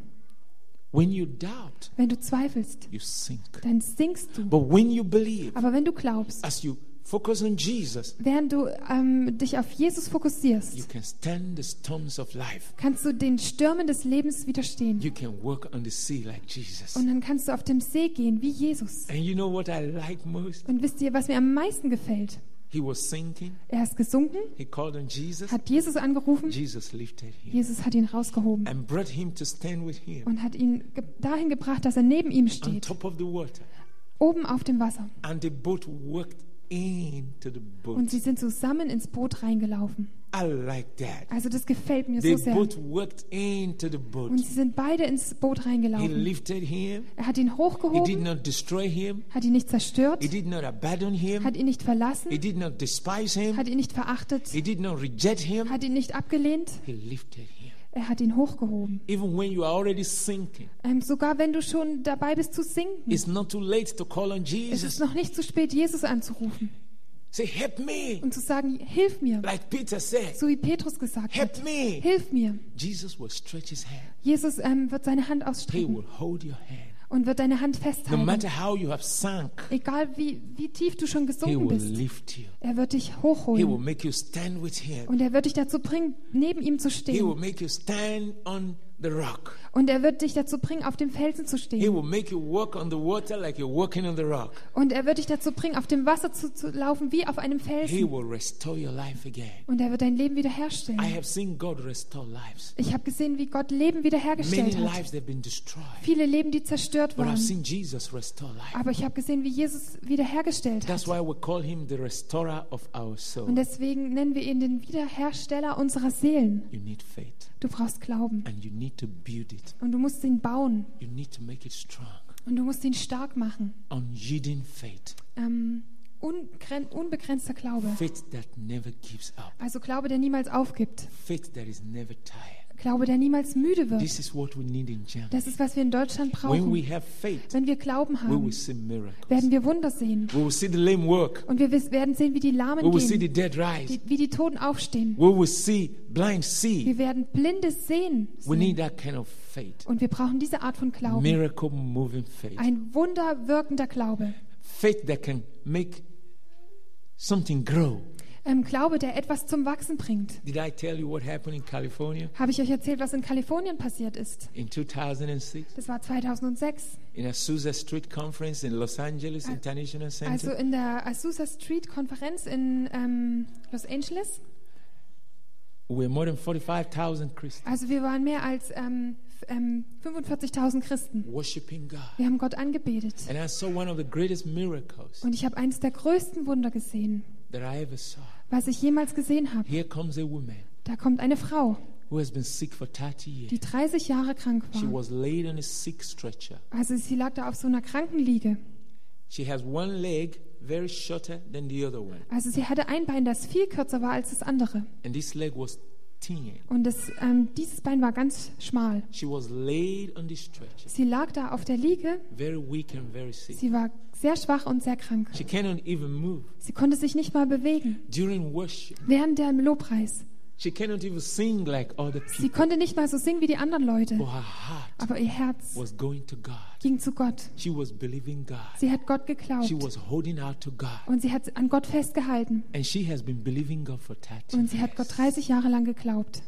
Speaker 1: When you doubt,
Speaker 2: Wenn du zweifelst,
Speaker 1: you sink.
Speaker 2: dann sinkst du.
Speaker 1: But when you believe,
Speaker 2: Aber wenn du glaubst,
Speaker 1: as you focus on Jesus,
Speaker 2: während du ähm, dich auf Jesus
Speaker 1: you
Speaker 2: fokussierst,
Speaker 1: can stand the storms of life.
Speaker 2: kannst du den Stürmen des Lebens widerstehen.
Speaker 1: You can walk on the sea like Jesus.
Speaker 2: Und dann kannst du auf dem See gehen wie Jesus.
Speaker 1: And you know what I like most?
Speaker 2: Und wisst ihr, was mir am meisten gefällt?
Speaker 1: He was sinking.
Speaker 2: Er ist gesunken,
Speaker 1: He called on Jesus.
Speaker 2: hat Jesus angerufen,
Speaker 1: Jesus lifted him
Speaker 2: Jesus hat ihn rausgehoben
Speaker 1: and brought him to stand with him
Speaker 2: und hat ihn ge dahin gebracht, dass er neben ihm
Speaker 1: on
Speaker 2: steht,
Speaker 1: top of the water.
Speaker 2: oben auf dem Wasser.
Speaker 1: And the boat worked into the
Speaker 2: Und
Speaker 1: boat.
Speaker 2: sie sind zusammen ins Boot reingelaufen.
Speaker 1: I like that.
Speaker 2: Also das gefällt mir
Speaker 1: They
Speaker 2: so sehr.
Speaker 1: both worked into the
Speaker 2: Und
Speaker 1: boat.
Speaker 2: sie sind beide ins Boot
Speaker 1: He
Speaker 2: reingelaufen.
Speaker 1: lifted him.
Speaker 2: Er hat ihn
Speaker 1: He did
Speaker 2: hochgehoben,
Speaker 1: not destroy him.
Speaker 2: hat ihn nicht zerstört,
Speaker 1: He did not abandon him.
Speaker 2: hat ihn nicht
Speaker 1: He
Speaker 2: verlassen,
Speaker 1: did not despise him.
Speaker 2: hat ihn nicht verachtet,
Speaker 1: He did not reject him.
Speaker 2: hat ihn nicht abgelehnt,
Speaker 1: He lifted him.
Speaker 2: er hat ihn hochgehoben.
Speaker 1: Even when you are already sinking,
Speaker 2: Ähm, sogar wenn du schon dabei bist zu sinken,
Speaker 1: it's not too late to call on
Speaker 2: es ist
Speaker 1: Jesus.
Speaker 2: noch nicht zu spät, Jesus anzurufen
Speaker 1: Say, help me.
Speaker 2: und zu sagen, hilf mir,
Speaker 1: Like Peter said,
Speaker 2: so wie Petrus gesagt hat,
Speaker 1: help me.
Speaker 2: hilf mir.
Speaker 1: Jesus will stretch his hand.
Speaker 2: Jesus ähm, wird seine Hand
Speaker 1: He
Speaker 2: ausstrecken
Speaker 1: will hold your hand.
Speaker 2: und wird deine Hand
Speaker 1: No matter
Speaker 2: festhalten.
Speaker 1: how you have sunk,
Speaker 2: Egal wie, wie tief du schon
Speaker 1: he
Speaker 2: gesunken
Speaker 1: will
Speaker 2: bist,
Speaker 1: lift you.
Speaker 2: er wird dich
Speaker 1: He will
Speaker 2: hochholen
Speaker 1: make you stand with him.
Speaker 2: und er wird dich dazu bringen, neben ihm zu
Speaker 1: He will
Speaker 2: stehen.
Speaker 1: make you stand on the rock.
Speaker 2: Und er wird dich dazu bringen, auf dem Felsen zu
Speaker 1: He
Speaker 2: stehen.
Speaker 1: will make you walk on the water like you're walking on the rock.
Speaker 2: Und er wird dich dazu bringen, auf dem Wasser zu, zu laufen wie auf einem
Speaker 1: He
Speaker 2: Felsen.
Speaker 1: will restore your life again.
Speaker 2: Und er wird dein Leben
Speaker 1: I
Speaker 2: wiederherstellen.
Speaker 1: have seen God restore lives.
Speaker 2: Ich habe gesehen, wie Gott Leben
Speaker 1: Many
Speaker 2: wiederhergestellt hat.
Speaker 1: lives have been destroyed,
Speaker 2: Viele Leben, die zerstört
Speaker 1: but I've
Speaker 2: waren.
Speaker 1: seen Jesus restore life.
Speaker 2: Aber ich habe gesehen, wie Jesus wiederhergestellt
Speaker 1: That's
Speaker 2: hat.
Speaker 1: why we call him the restorer of our
Speaker 2: Und
Speaker 1: soul.
Speaker 2: deswegen nennen wir ihn den Wiederhersteller unserer Seelen.
Speaker 1: You need faith
Speaker 2: Du brauchst Glauben.
Speaker 1: and you need to build it.
Speaker 2: Und du musst ihn bauen.
Speaker 1: You need to make it strong.
Speaker 2: Und du musst ihn stark machen.
Speaker 1: Unyielding faith.
Speaker 2: Ähm, ungren- unbegrenzter Glaube.
Speaker 1: Faith that never gives up.
Speaker 2: Also Glaube, der niemals aufgibt.
Speaker 1: Faith that is never tired.
Speaker 2: Glaube, der niemals müde wird.
Speaker 1: This is what we need in Germany.
Speaker 2: Das ist, was wir in Deutschland
Speaker 1: When
Speaker 2: brauchen.
Speaker 1: we have faith,
Speaker 2: Wenn wir Glauben
Speaker 1: we will
Speaker 2: haben,
Speaker 1: see miracles.
Speaker 2: werden wir Wunder sehen.
Speaker 1: We will see the lame work.
Speaker 2: Und wir wiss- werden sehen, wie die
Speaker 1: We
Speaker 2: Lahmen
Speaker 1: will see
Speaker 2: gehen,
Speaker 1: the dead rise.
Speaker 2: die, wie die Toten aufstehen.
Speaker 1: We will see blind see.
Speaker 2: Wir werden Blindes sehen.
Speaker 1: We Oh, need that kind of faith.
Speaker 2: Und wir brauchen diese Art von Glauben.
Speaker 1: Miracle moving faith.
Speaker 2: Ein wunderwirkender Glaube.
Speaker 1: Faith that can make something grow.
Speaker 2: Ähm, Glaube, der etwas zum Wachsen bringt.
Speaker 1: Did I tell you what happened in California
Speaker 2: Habe ich euch erzählt, was in Kalifornien passiert ist?
Speaker 1: in 2006
Speaker 2: Das war 2006.
Speaker 1: in Azusa Street Conference in Los Angeles International
Speaker 2: Also
Speaker 1: Center?
Speaker 2: in der Azusa Street Konferenz in ähm, Los Angeles.
Speaker 1: We're more than 45,000 Christians
Speaker 2: Also wir waren mehr als ähm, f- ähm, 45.000 Christen.
Speaker 1: worshiping God.
Speaker 2: Wir haben Gott angebetet.
Speaker 1: And I saw one of the greatest miracles
Speaker 2: Und ich habe eines der größten Wunder gesehen,
Speaker 1: that I ever saw.
Speaker 2: was ich jemals gesehen habe.
Speaker 1: Here comes a woman
Speaker 2: Da kommt eine Frau,
Speaker 1: who has been sick for 30 years.
Speaker 2: die 30 Jahre krank
Speaker 1: She
Speaker 2: war.
Speaker 1: was laid on a sick stretcher.
Speaker 2: Also sie lag da auf so einer Krankenliege.
Speaker 1: She has one leg very shorter than the other one.
Speaker 2: Also sie hatte ein Bein, das viel kürzer war als das andere.
Speaker 1: And this leg was thin.
Speaker 2: Und das, ähm, dieses Bein war ganz schmal.
Speaker 1: She was laid on the stretcher,
Speaker 2: Sie lag da auf der Liege.
Speaker 1: very weak and very sick.
Speaker 2: Sie war sehr schwach und sehr krank.
Speaker 1: She cannot even move
Speaker 2: Sie konnte sich nicht mal bewegen
Speaker 1: during worship.
Speaker 2: während der Lobpreis.
Speaker 1: She cannot even sing like other
Speaker 2: Sie
Speaker 1: people.
Speaker 2: konnte nicht mal so singen wie die anderen
Speaker 1: But
Speaker 2: Leute.
Speaker 1: her heart
Speaker 2: Aber ihr Herz
Speaker 1: was going to God.
Speaker 2: ging zu Gott.
Speaker 1: She was believing God.
Speaker 2: Sie hat Gott geglaubt
Speaker 1: She was holding out to God.
Speaker 2: und sie hat an Gott festgehalten.
Speaker 1: And she has been believing God for 30
Speaker 2: Und sie hat Gott
Speaker 1: years.
Speaker 2: 30 Jahre lang geglaubt.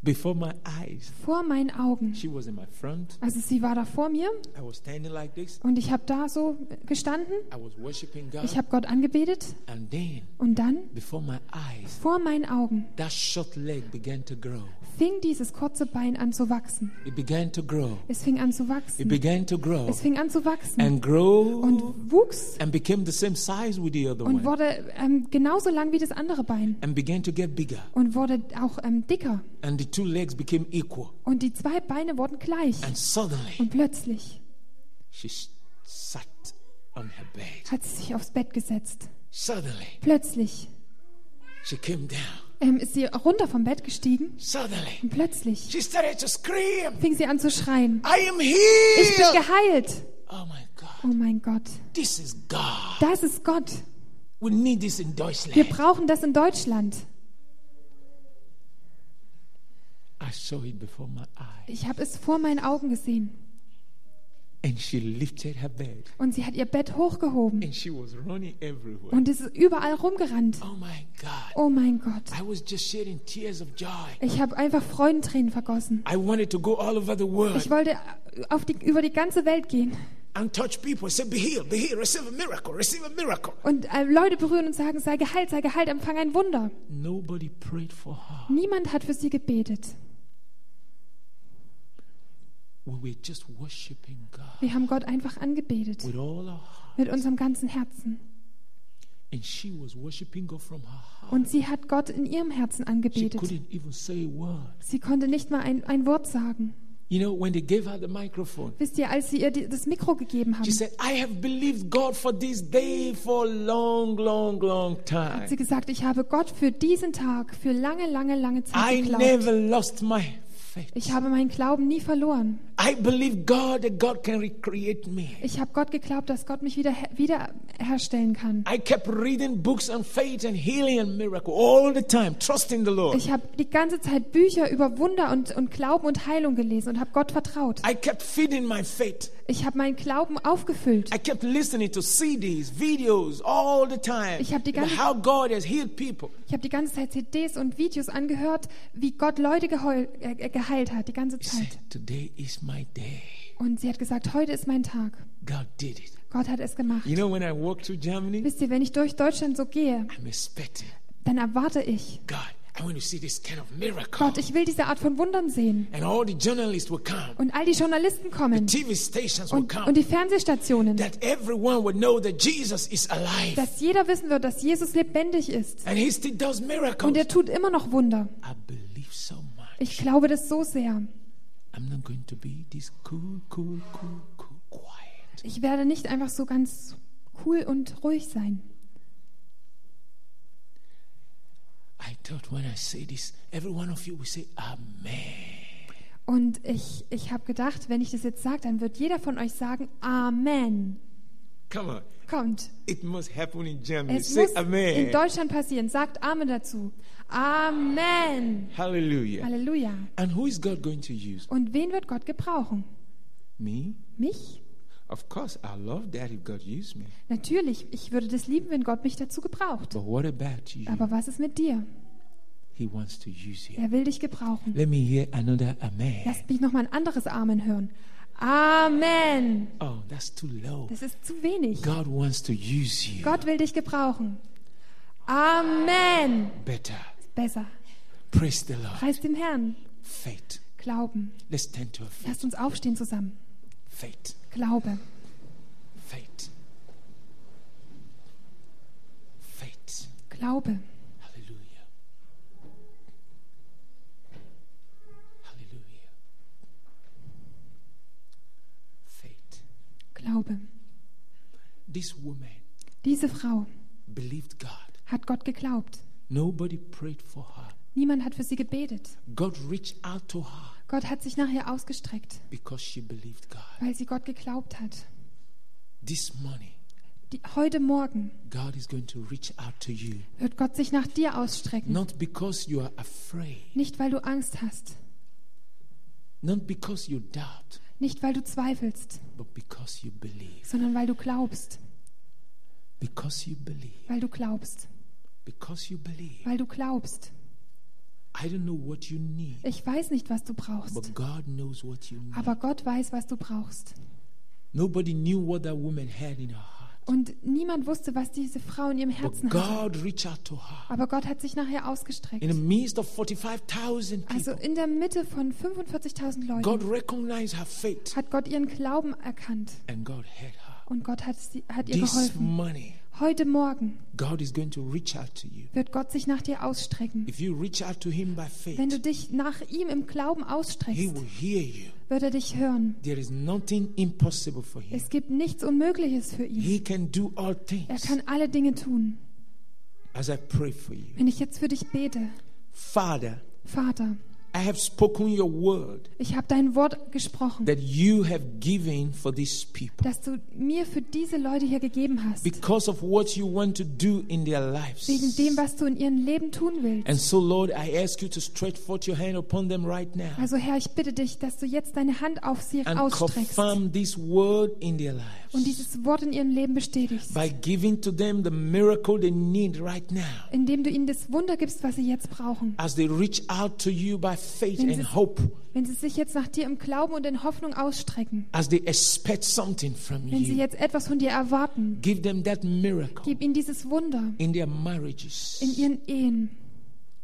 Speaker 1: Before my eyes,
Speaker 2: Vor meinen Augen.
Speaker 1: she was in my front.
Speaker 2: Also sie war da vor mir
Speaker 1: I was standing like this.
Speaker 2: und ich habe da so gestanden.
Speaker 1: I was worshiping God.
Speaker 2: Ich habe Gott angebetet
Speaker 1: And then,
Speaker 2: und dann
Speaker 1: before my eyes,
Speaker 2: vor meinen Augen
Speaker 1: that short leg began to grow.
Speaker 2: fing dieses kurze Bein an zu wachsen.
Speaker 1: It began to grow.
Speaker 2: Es fing an zu
Speaker 1: It
Speaker 2: wachsen.
Speaker 1: began to grow.
Speaker 2: Es fing an zu wachsen
Speaker 1: And grow.
Speaker 2: und wuchs
Speaker 1: And became the same size with the other
Speaker 2: und
Speaker 1: one.
Speaker 2: wurde ähm, genauso lang wie das andere Bein
Speaker 1: And began to get bigger.
Speaker 2: und wurde auch ähm, dicker.
Speaker 1: And the two legs became equal.
Speaker 2: Und die zwei Beine wurden gleich.
Speaker 1: And suddenly,
Speaker 2: Und plötzlich
Speaker 1: she s- sat on her bed.
Speaker 2: hat sie sich aufs Bett gesetzt.
Speaker 1: Suddenly,
Speaker 2: Plötzlich
Speaker 1: she came down.
Speaker 2: ähm, ist sie runter vom Bett gestiegen
Speaker 1: Suddenly,
Speaker 2: und plötzlich
Speaker 1: she started to scream,
Speaker 2: fing sie an zu schreien.
Speaker 1: I am
Speaker 2: Ich bin
Speaker 1: here.
Speaker 2: geheilt.
Speaker 1: Oh my God.
Speaker 2: Oh mein Gott,
Speaker 1: This is God.
Speaker 2: das ist Gott.
Speaker 1: We need this in
Speaker 2: Wir
Speaker 1: Deutschland.
Speaker 2: brauchen das in Deutschland.
Speaker 1: I saw it before my eyes.
Speaker 2: Ich habe es vor meinen Augen gesehen.
Speaker 1: And she lifted her bed.
Speaker 2: Und sie hat ihr Bett hochgehoben
Speaker 1: And she was running everywhere.
Speaker 2: und ist überall rumgerannt.
Speaker 1: Oh my God.
Speaker 2: Oh mein Gott.
Speaker 1: I was just shedding tears of joy.
Speaker 2: Ich habe einfach Freudentränen vergossen. äh,
Speaker 1: I wanted to go all over the world.
Speaker 2: Ich wollte auf die, über die ganze Welt gehen.
Speaker 1: and touch people. Say, be healed, be healed, receive a miracle, receive a miracle.
Speaker 2: und äh, Leute berühren und sagen, sei geheilt, sei geheilt, empfang ein Wunder.
Speaker 1: Nobody prayed for her.
Speaker 2: Niemand hat für sie gebetet.
Speaker 1: We were just worshiping God
Speaker 2: Wir haben Gott einfach angebetet
Speaker 1: with all our heart.
Speaker 2: mit unserem ganzen Herzen.
Speaker 1: And she was worshiping God from her heart.
Speaker 2: Und sie hat Gott in ihrem Herzen
Speaker 1: She
Speaker 2: angebetet.
Speaker 1: couldn't even say a word.
Speaker 2: Sie konnte nicht mal ein, ein Wort sagen.
Speaker 1: You know, when they gave her the microphone,
Speaker 2: Wisst ihr, als sie ihr die, das Mikro gegeben
Speaker 1: she
Speaker 2: haben,
Speaker 1: said, I have believed God for this day for a long, long, long
Speaker 2: hat
Speaker 1: time.
Speaker 2: sie gesagt, ich habe Gott für diesen Tag, für lange, lange, lange Zeit
Speaker 1: I
Speaker 2: geglaubt.
Speaker 1: never lost my faith.
Speaker 2: Ich habe meinen Glauben nie verloren.
Speaker 1: I believe God that God can recreate me.
Speaker 2: Ich habe Gott geglaubt, dass Gott mich wieder, wiederherstellen kann.
Speaker 1: I kept reading books on faith and healing and miracle all the time, trusting the Lord.
Speaker 2: Ich habe die ganze Zeit Bücher über Wunder und, und Glauben und Heilung gelesen und habe Gott vertraut.
Speaker 1: I kept feeding my faith.
Speaker 2: Ich habe meinen Glauben aufgefüllt.
Speaker 1: I kept listening to CDs, videos all the time.
Speaker 2: Ich hab die
Speaker 1: about
Speaker 2: ganze-
Speaker 1: how God has healed people.
Speaker 2: Ich habe die ganze Zeit CDs und Videos angehört, wie Gott Leute geheul, äh, äh, geheilt hat, die ganze
Speaker 1: She said,
Speaker 2: Zeit.
Speaker 1: Today is my day.
Speaker 2: Und sie hat gesagt, heute ist mein Tag.
Speaker 1: God did it.
Speaker 2: Gott hat es gemacht.
Speaker 1: You know, when I walk through Germany,
Speaker 2: Wisst ihr, wenn ich durch Deutschland so gehe,
Speaker 1: I'm expecting
Speaker 2: dann erwarte ich,
Speaker 1: God, I want to see this kind of miracle.
Speaker 2: Gott, ich will diese Art von Wundern sehen.
Speaker 1: And all the journalists will come,
Speaker 2: Und all die Journalisten kommen
Speaker 1: TV stations will
Speaker 2: und, und
Speaker 1: come,
Speaker 2: die Fernsehstationen,
Speaker 1: that everyone would know that Jesus is alive.
Speaker 2: dass jeder wissen wird, dass Jesus lebendig ist.
Speaker 1: And he still does miracles.
Speaker 2: Und er tut immer noch Wunder.
Speaker 1: I believe so much.
Speaker 2: Ich glaube das so sehr.
Speaker 1: I'm not going to be this cool, cool, cool, cool, quiet.
Speaker 2: Ich werde nicht einfach so ganz cool und ruhig sein.
Speaker 1: I thought when I say this, every one of you will say, Amen.
Speaker 2: Und ich, ich habe gedacht, wenn ich das jetzt sage, dann wird jeder von euch sagen, Amen.
Speaker 1: Come on.
Speaker 2: Kommt,
Speaker 1: It must happen in Germany.
Speaker 2: es muss in Deutschland passieren. Sagt Amen dazu. Amen.
Speaker 1: Hallelujah.
Speaker 2: Halleluja.
Speaker 1: And who is God going to use?
Speaker 2: Und wen wird Gott gebrauchen?
Speaker 1: Me?
Speaker 2: Mich?
Speaker 1: Of course, I love that if God used me.
Speaker 2: Natürlich, ich würde das lieben, wenn Gott mich dazu gebraucht.
Speaker 1: But what about you?
Speaker 2: Aber was ist mit dir?
Speaker 1: He wants to use you.
Speaker 2: Er will dich gebrauchen.
Speaker 1: Let me hear another Amen.
Speaker 2: Lasst mich nochmal ein anderes Amen hören. Amen.
Speaker 1: Oh, that's too low.
Speaker 2: Das ist zu wenig.
Speaker 1: God wants to use you
Speaker 2: Gott will dich gebrauchen. Amen.
Speaker 1: better.
Speaker 2: Besser.
Speaker 1: Praise the Lord.
Speaker 2: Preis dem Herrn.
Speaker 1: Faith.
Speaker 2: Glauben.
Speaker 1: Let's tend to our faith.
Speaker 2: Lasst uns aufstehen zusammen.
Speaker 1: Faith.
Speaker 2: Glaube.
Speaker 1: Faith. Faith.
Speaker 2: Glaube.
Speaker 1: Hallelujah. Hallelujah. Faith.
Speaker 2: Glaube.
Speaker 1: This woman
Speaker 2: Diese Frau
Speaker 1: believed God.
Speaker 2: hat Gott geglaubt.
Speaker 1: Nobody prayed for her.
Speaker 2: Niemand hat für sie gebetet.
Speaker 1: God reached out to her
Speaker 2: Gott hat sich nachher ausgestreckt,
Speaker 1: because she believed God.
Speaker 2: weil sie Gott geglaubt hat.
Speaker 1: This morning,
Speaker 2: Die, heute Morgen
Speaker 1: God is going to reach out to you.
Speaker 2: wird Gott sich nach dir ausstrecken.
Speaker 1: Not because you are afraid,
Speaker 2: Nicht, weil du Angst hast.
Speaker 1: not because you doubt,
Speaker 2: Nicht, weil du zweifelst,
Speaker 1: but because you believe.
Speaker 2: sondern weil du glaubst.
Speaker 1: Because you believe.
Speaker 2: Weil du glaubst.
Speaker 1: Because you believe.
Speaker 2: Weil du glaubst.
Speaker 1: I don't know what you need,
Speaker 2: Ich weiß nicht, was du brauchst.
Speaker 1: but God knows what you need.
Speaker 2: Aber Gott weiß, was du brauchst.
Speaker 1: Nobody knew what that woman had in her heart.
Speaker 2: Und niemand wusste, was diese Frau in ihrem
Speaker 1: But
Speaker 2: Herzen hatte.
Speaker 1: God reached out to her.
Speaker 2: Aber Gott hat sich nachher
Speaker 1: In the
Speaker 2: ausgestreckt.
Speaker 1: midst of 45,000
Speaker 2: Also
Speaker 1: people,
Speaker 2: in der Mitte von 45.000
Speaker 1: God
Speaker 2: Leuten
Speaker 1: recognized her faith
Speaker 2: hat Gott ihren Glauben erkannt
Speaker 1: and God had her.
Speaker 2: und Gott hat, sie, hat ihr
Speaker 1: This
Speaker 2: geholfen.
Speaker 1: money,
Speaker 2: Heute Morgen
Speaker 1: God is going to reach out to you.
Speaker 2: wird Gott sich nach dir ausstrecken.
Speaker 1: If you reach out to Him by
Speaker 2: Wenn du
Speaker 1: faith,
Speaker 2: dich nach ihm im Glauben
Speaker 1: He
Speaker 2: ausstreckst,
Speaker 1: will hear you.
Speaker 2: wird er dich hören.
Speaker 1: There is nothing impossible for Him.
Speaker 2: Es gibt nichts Unmögliches für ihn.
Speaker 1: He can do all
Speaker 2: Er
Speaker 1: things.
Speaker 2: kann alle Dinge tun.
Speaker 1: As I pray for you,
Speaker 2: Wenn ich jetzt für dich bete,
Speaker 1: Father,
Speaker 2: Vater,
Speaker 1: I have spoken your word
Speaker 2: ich habe dein Wort gesprochen,
Speaker 1: that you have given for these people
Speaker 2: das du mir für diese Leute hier gegeben hast.
Speaker 1: because of what you want to do in their lives.
Speaker 2: wegen dem, was du in ihrem Leben tun
Speaker 1: And
Speaker 2: willst.
Speaker 1: so, Lord, I ask you to stretch forth your hand upon them right now
Speaker 2: Also Herr, ich bitte dich, dass du jetzt deine Hand auf sie
Speaker 1: and
Speaker 2: ausstreckst
Speaker 1: confirm this word in their
Speaker 2: und
Speaker 1: lives
Speaker 2: dieses Wort in ihrem Leben bestätigst,
Speaker 1: by giving to them the miracle they need right now
Speaker 2: indem du ihnen das Wunder gibst, was sie jetzt brauchen.
Speaker 1: as they reach out to you by faith
Speaker 2: Wenn sie-
Speaker 1: and hope
Speaker 2: Wenn sie sich jetzt nach dir im Glauben und in Hoffnung ausstrecken,
Speaker 1: as they expect something from
Speaker 2: wenn sie
Speaker 1: you.
Speaker 2: jetzt etwas von dir erwarten,
Speaker 1: Give them that miracle
Speaker 2: gib ihnen dieses Wunder
Speaker 1: in their marriages,
Speaker 2: in ihren Ehen,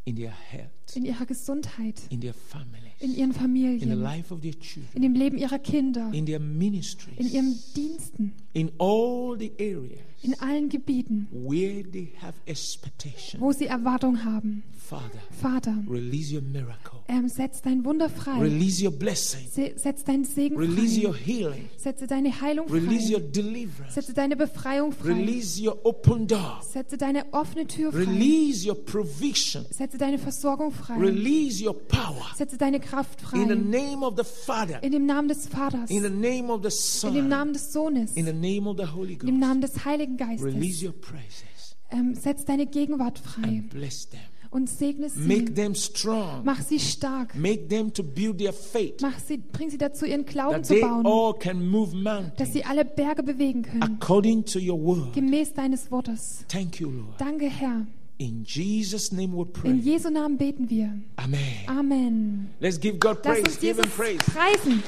Speaker 1: in their health,
Speaker 2: in ihrer Gesundheit,
Speaker 1: in their families,
Speaker 2: in ihren
Speaker 1: in the
Speaker 2: Familien,
Speaker 1: life of their children,
Speaker 2: in dem Leben ihrer Kinder,
Speaker 1: in their
Speaker 2: in
Speaker 1: ministries,
Speaker 2: ihren Diensten,
Speaker 1: in all the areas
Speaker 2: in allen Gebieten,
Speaker 1: where they have expectation.
Speaker 2: wo sie Erwartung haben.
Speaker 1: Father,
Speaker 2: Vater,
Speaker 1: release your miracle,
Speaker 2: ähm, setz dein Wunder frei,
Speaker 1: release your blessing,
Speaker 2: Se setz deinen Segen
Speaker 1: release your
Speaker 2: frei,
Speaker 1: healing,
Speaker 2: setze deine Heilung
Speaker 1: release your
Speaker 2: frei,
Speaker 1: deliverance,
Speaker 2: setze deine Befreiung frei,
Speaker 1: release your open door,
Speaker 2: setze deine offene Tür frei,
Speaker 1: release your provision,
Speaker 2: setze deine Versorgung frei.
Speaker 1: release your power
Speaker 2: Setze deine Kraft frei.
Speaker 1: in the name of the Father,
Speaker 2: In dem Namen des Vaters.
Speaker 1: in the
Speaker 2: In
Speaker 1: name of the
Speaker 2: dem
Speaker 1: Son,
Speaker 2: Namen des Sohnes.
Speaker 1: in
Speaker 2: In
Speaker 1: the name of the Holy
Speaker 2: dem
Speaker 1: Ghost.
Speaker 2: Namen des Heiligen
Speaker 1: Release
Speaker 2: Geistes.
Speaker 1: your presence
Speaker 2: Ähm, setz deine Gegenwart frei
Speaker 1: and bless them.
Speaker 2: und segne sie.
Speaker 1: Make them strong.
Speaker 2: Mach sie stark.
Speaker 1: Make them to build their faith
Speaker 2: Mach sie, bring sie dazu, ihren Glauben
Speaker 1: that
Speaker 2: zu
Speaker 1: they
Speaker 2: bauen,
Speaker 1: all can move
Speaker 2: dass
Speaker 1: mountains
Speaker 2: sie alle Berge bewegen können.
Speaker 1: according to your word.
Speaker 2: Gemäß deines Wortes.
Speaker 1: Thank you, Lord.
Speaker 2: Danke, Herr.
Speaker 1: In Jesus' name we
Speaker 2: In
Speaker 1: pray.
Speaker 2: Jesu Namen beten wir.
Speaker 1: Amen.
Speaker 2: Amen.
Speaker 1: Let's give God
Speaker 2: Lass
Speaker 1: praise.
Speaker 2: uns
Speaker 1: Give
Speaker 2: Jesus
Speaker 1: Him praise.
Speaker 2: preisen.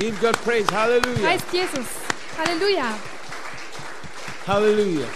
Speaker 1: Give God praise. Hallelujah.
Speaker 2: Preist Jesus. Halleluja.
Speaker 1: Hallelujah.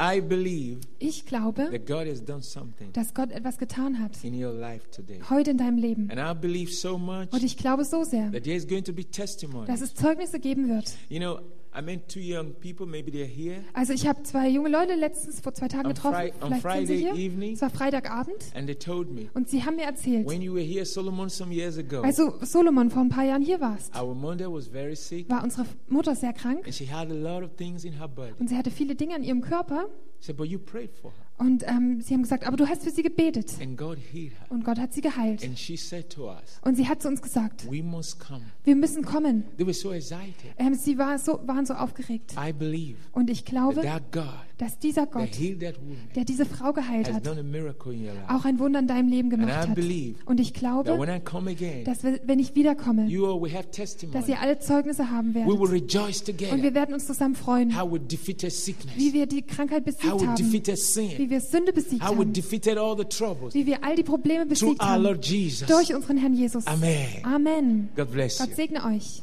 Speaker 1: I believe
Speaker 2: Ich glaube,
Speaker 1: that God has done something
Speaker 2: dass Gott etwas getan hat.
Speaker 1: in your life today.
Speaker 2: Heute in deinem Leben.
Speaker 1: And I believe so much
Speaker 2: Und ich glaube so sehr,
Speaker 1: that there's going to be
Speaker 2: dass
Speaker 1: testimony.
Speaker 2: es Zeugnisse geben wird.
Speaker 1: You know, I met two young people, maybe they're here,
Speaker 2: Also ich habe zwei junge Leute letztens vor zwei Tagen
Speaker 1: On
Speaker 2: getroffen.
Speaker 1: Fri- on
Speaker 2: Vielleicht sind sie
Speaker 1: Friday
Speaker 2: hier.
Speaker 1: evening.
Speaker 2: Es war Freitagabend.
Speaker 1: and they told me,
Speaker 2: Und sie haben mir erzählt,
Speaker 1: when you were here, Solomon, some years ago,
Speaker 2: als du Solomon vor ein paar Jahren hier warst,
Speaker 1: our mother was very sick
Speaker 2: war unsere Mutter sehr krank
Speaker 1: and she had a lot of things in her body.
Speaker 2: und sie hatte viele Dinge an ihrem Körper.
Speaker 1: She said, but you prayed for her
Speaker 2: Und ähm, sie haben gesagt, aber du hast für sie gebetet.
Speaker 1: and God healed her.
Speaker 2: Und Gott hat sie geheilt.
Speaker 1: And she said to us,
Speaker 2: Und sie hat zu uns gesagt,
Speaker 1: we must come.
Speaker 2: wir müssen kommen.
Speaker 1: They were so excited.
Speaker 2: Ähm, sie war so, waren so aufgeregt.
Speaker 1: I believe
Speaker 2: Und ich
Speaker 1: that,
Speaker 2: glaube,
Speaker 1: that God
Speaker 2: dass dieser
Speaker 1: that
Speaker 2: Gott,
Speaker 1: healed that woman
Speaker 2: der diese Frau geheilt
Speaker 1: has
Speaker 2: hat,
Speaker 1: done a miracle in your life.
Speaker 2: auch ein Wunder in deinem Leben
Speaker 1: I
Speaker 2: gemacht hat.
Speaker 1: believe
Speaker 2: Und ich
Speaker 1: That
Speaker 2: glaube,
Speaker 1: when I come again,
Speaker 2: dass wir, wenn ich wiederkomme,
Speaker 1: you all will have
Speaker 2: dass
Speaker 1: testimony.
Speaker 2: ihr alle Zeugnisse haben
Speaker 1: We will
Speaker 2: werdet.
Speaker 1: rejoice
Speaker 2: Und
Speaker 1: together
Speaker 2: wir werden uns zusammen freuen,
Speaker 1: how we defeated
Speaker 2: wie
Speaker 1: sickness,
Speaker 2: wir die Krankheit
Speaker 1: how
Speaker 2: besiegt
Speaker 1: we um,
Speaker 2: haben,
Speaker 1: defeated
Speaker 2: wie
Speaker 1: sin,
Speaker 2: wir Sünde besiegt
Speaker 1: how we
Speaker 2: haben,
Speaker 1: defeated all the troubles
Speaker 2: wie wir all die Probleme
Speaker 1: through
Speaker 2: besiegt
Speaker 1: our
Speaker 2: haben.
Speaker 1: Lord Jesus.
Speaker 2: Durch unseren Herrn Jesus.
Speaker 1: Amen.
Speaker 2: Amen.
Speaker 1: Um, God bless you.
Speaker 2: Gott segne euch.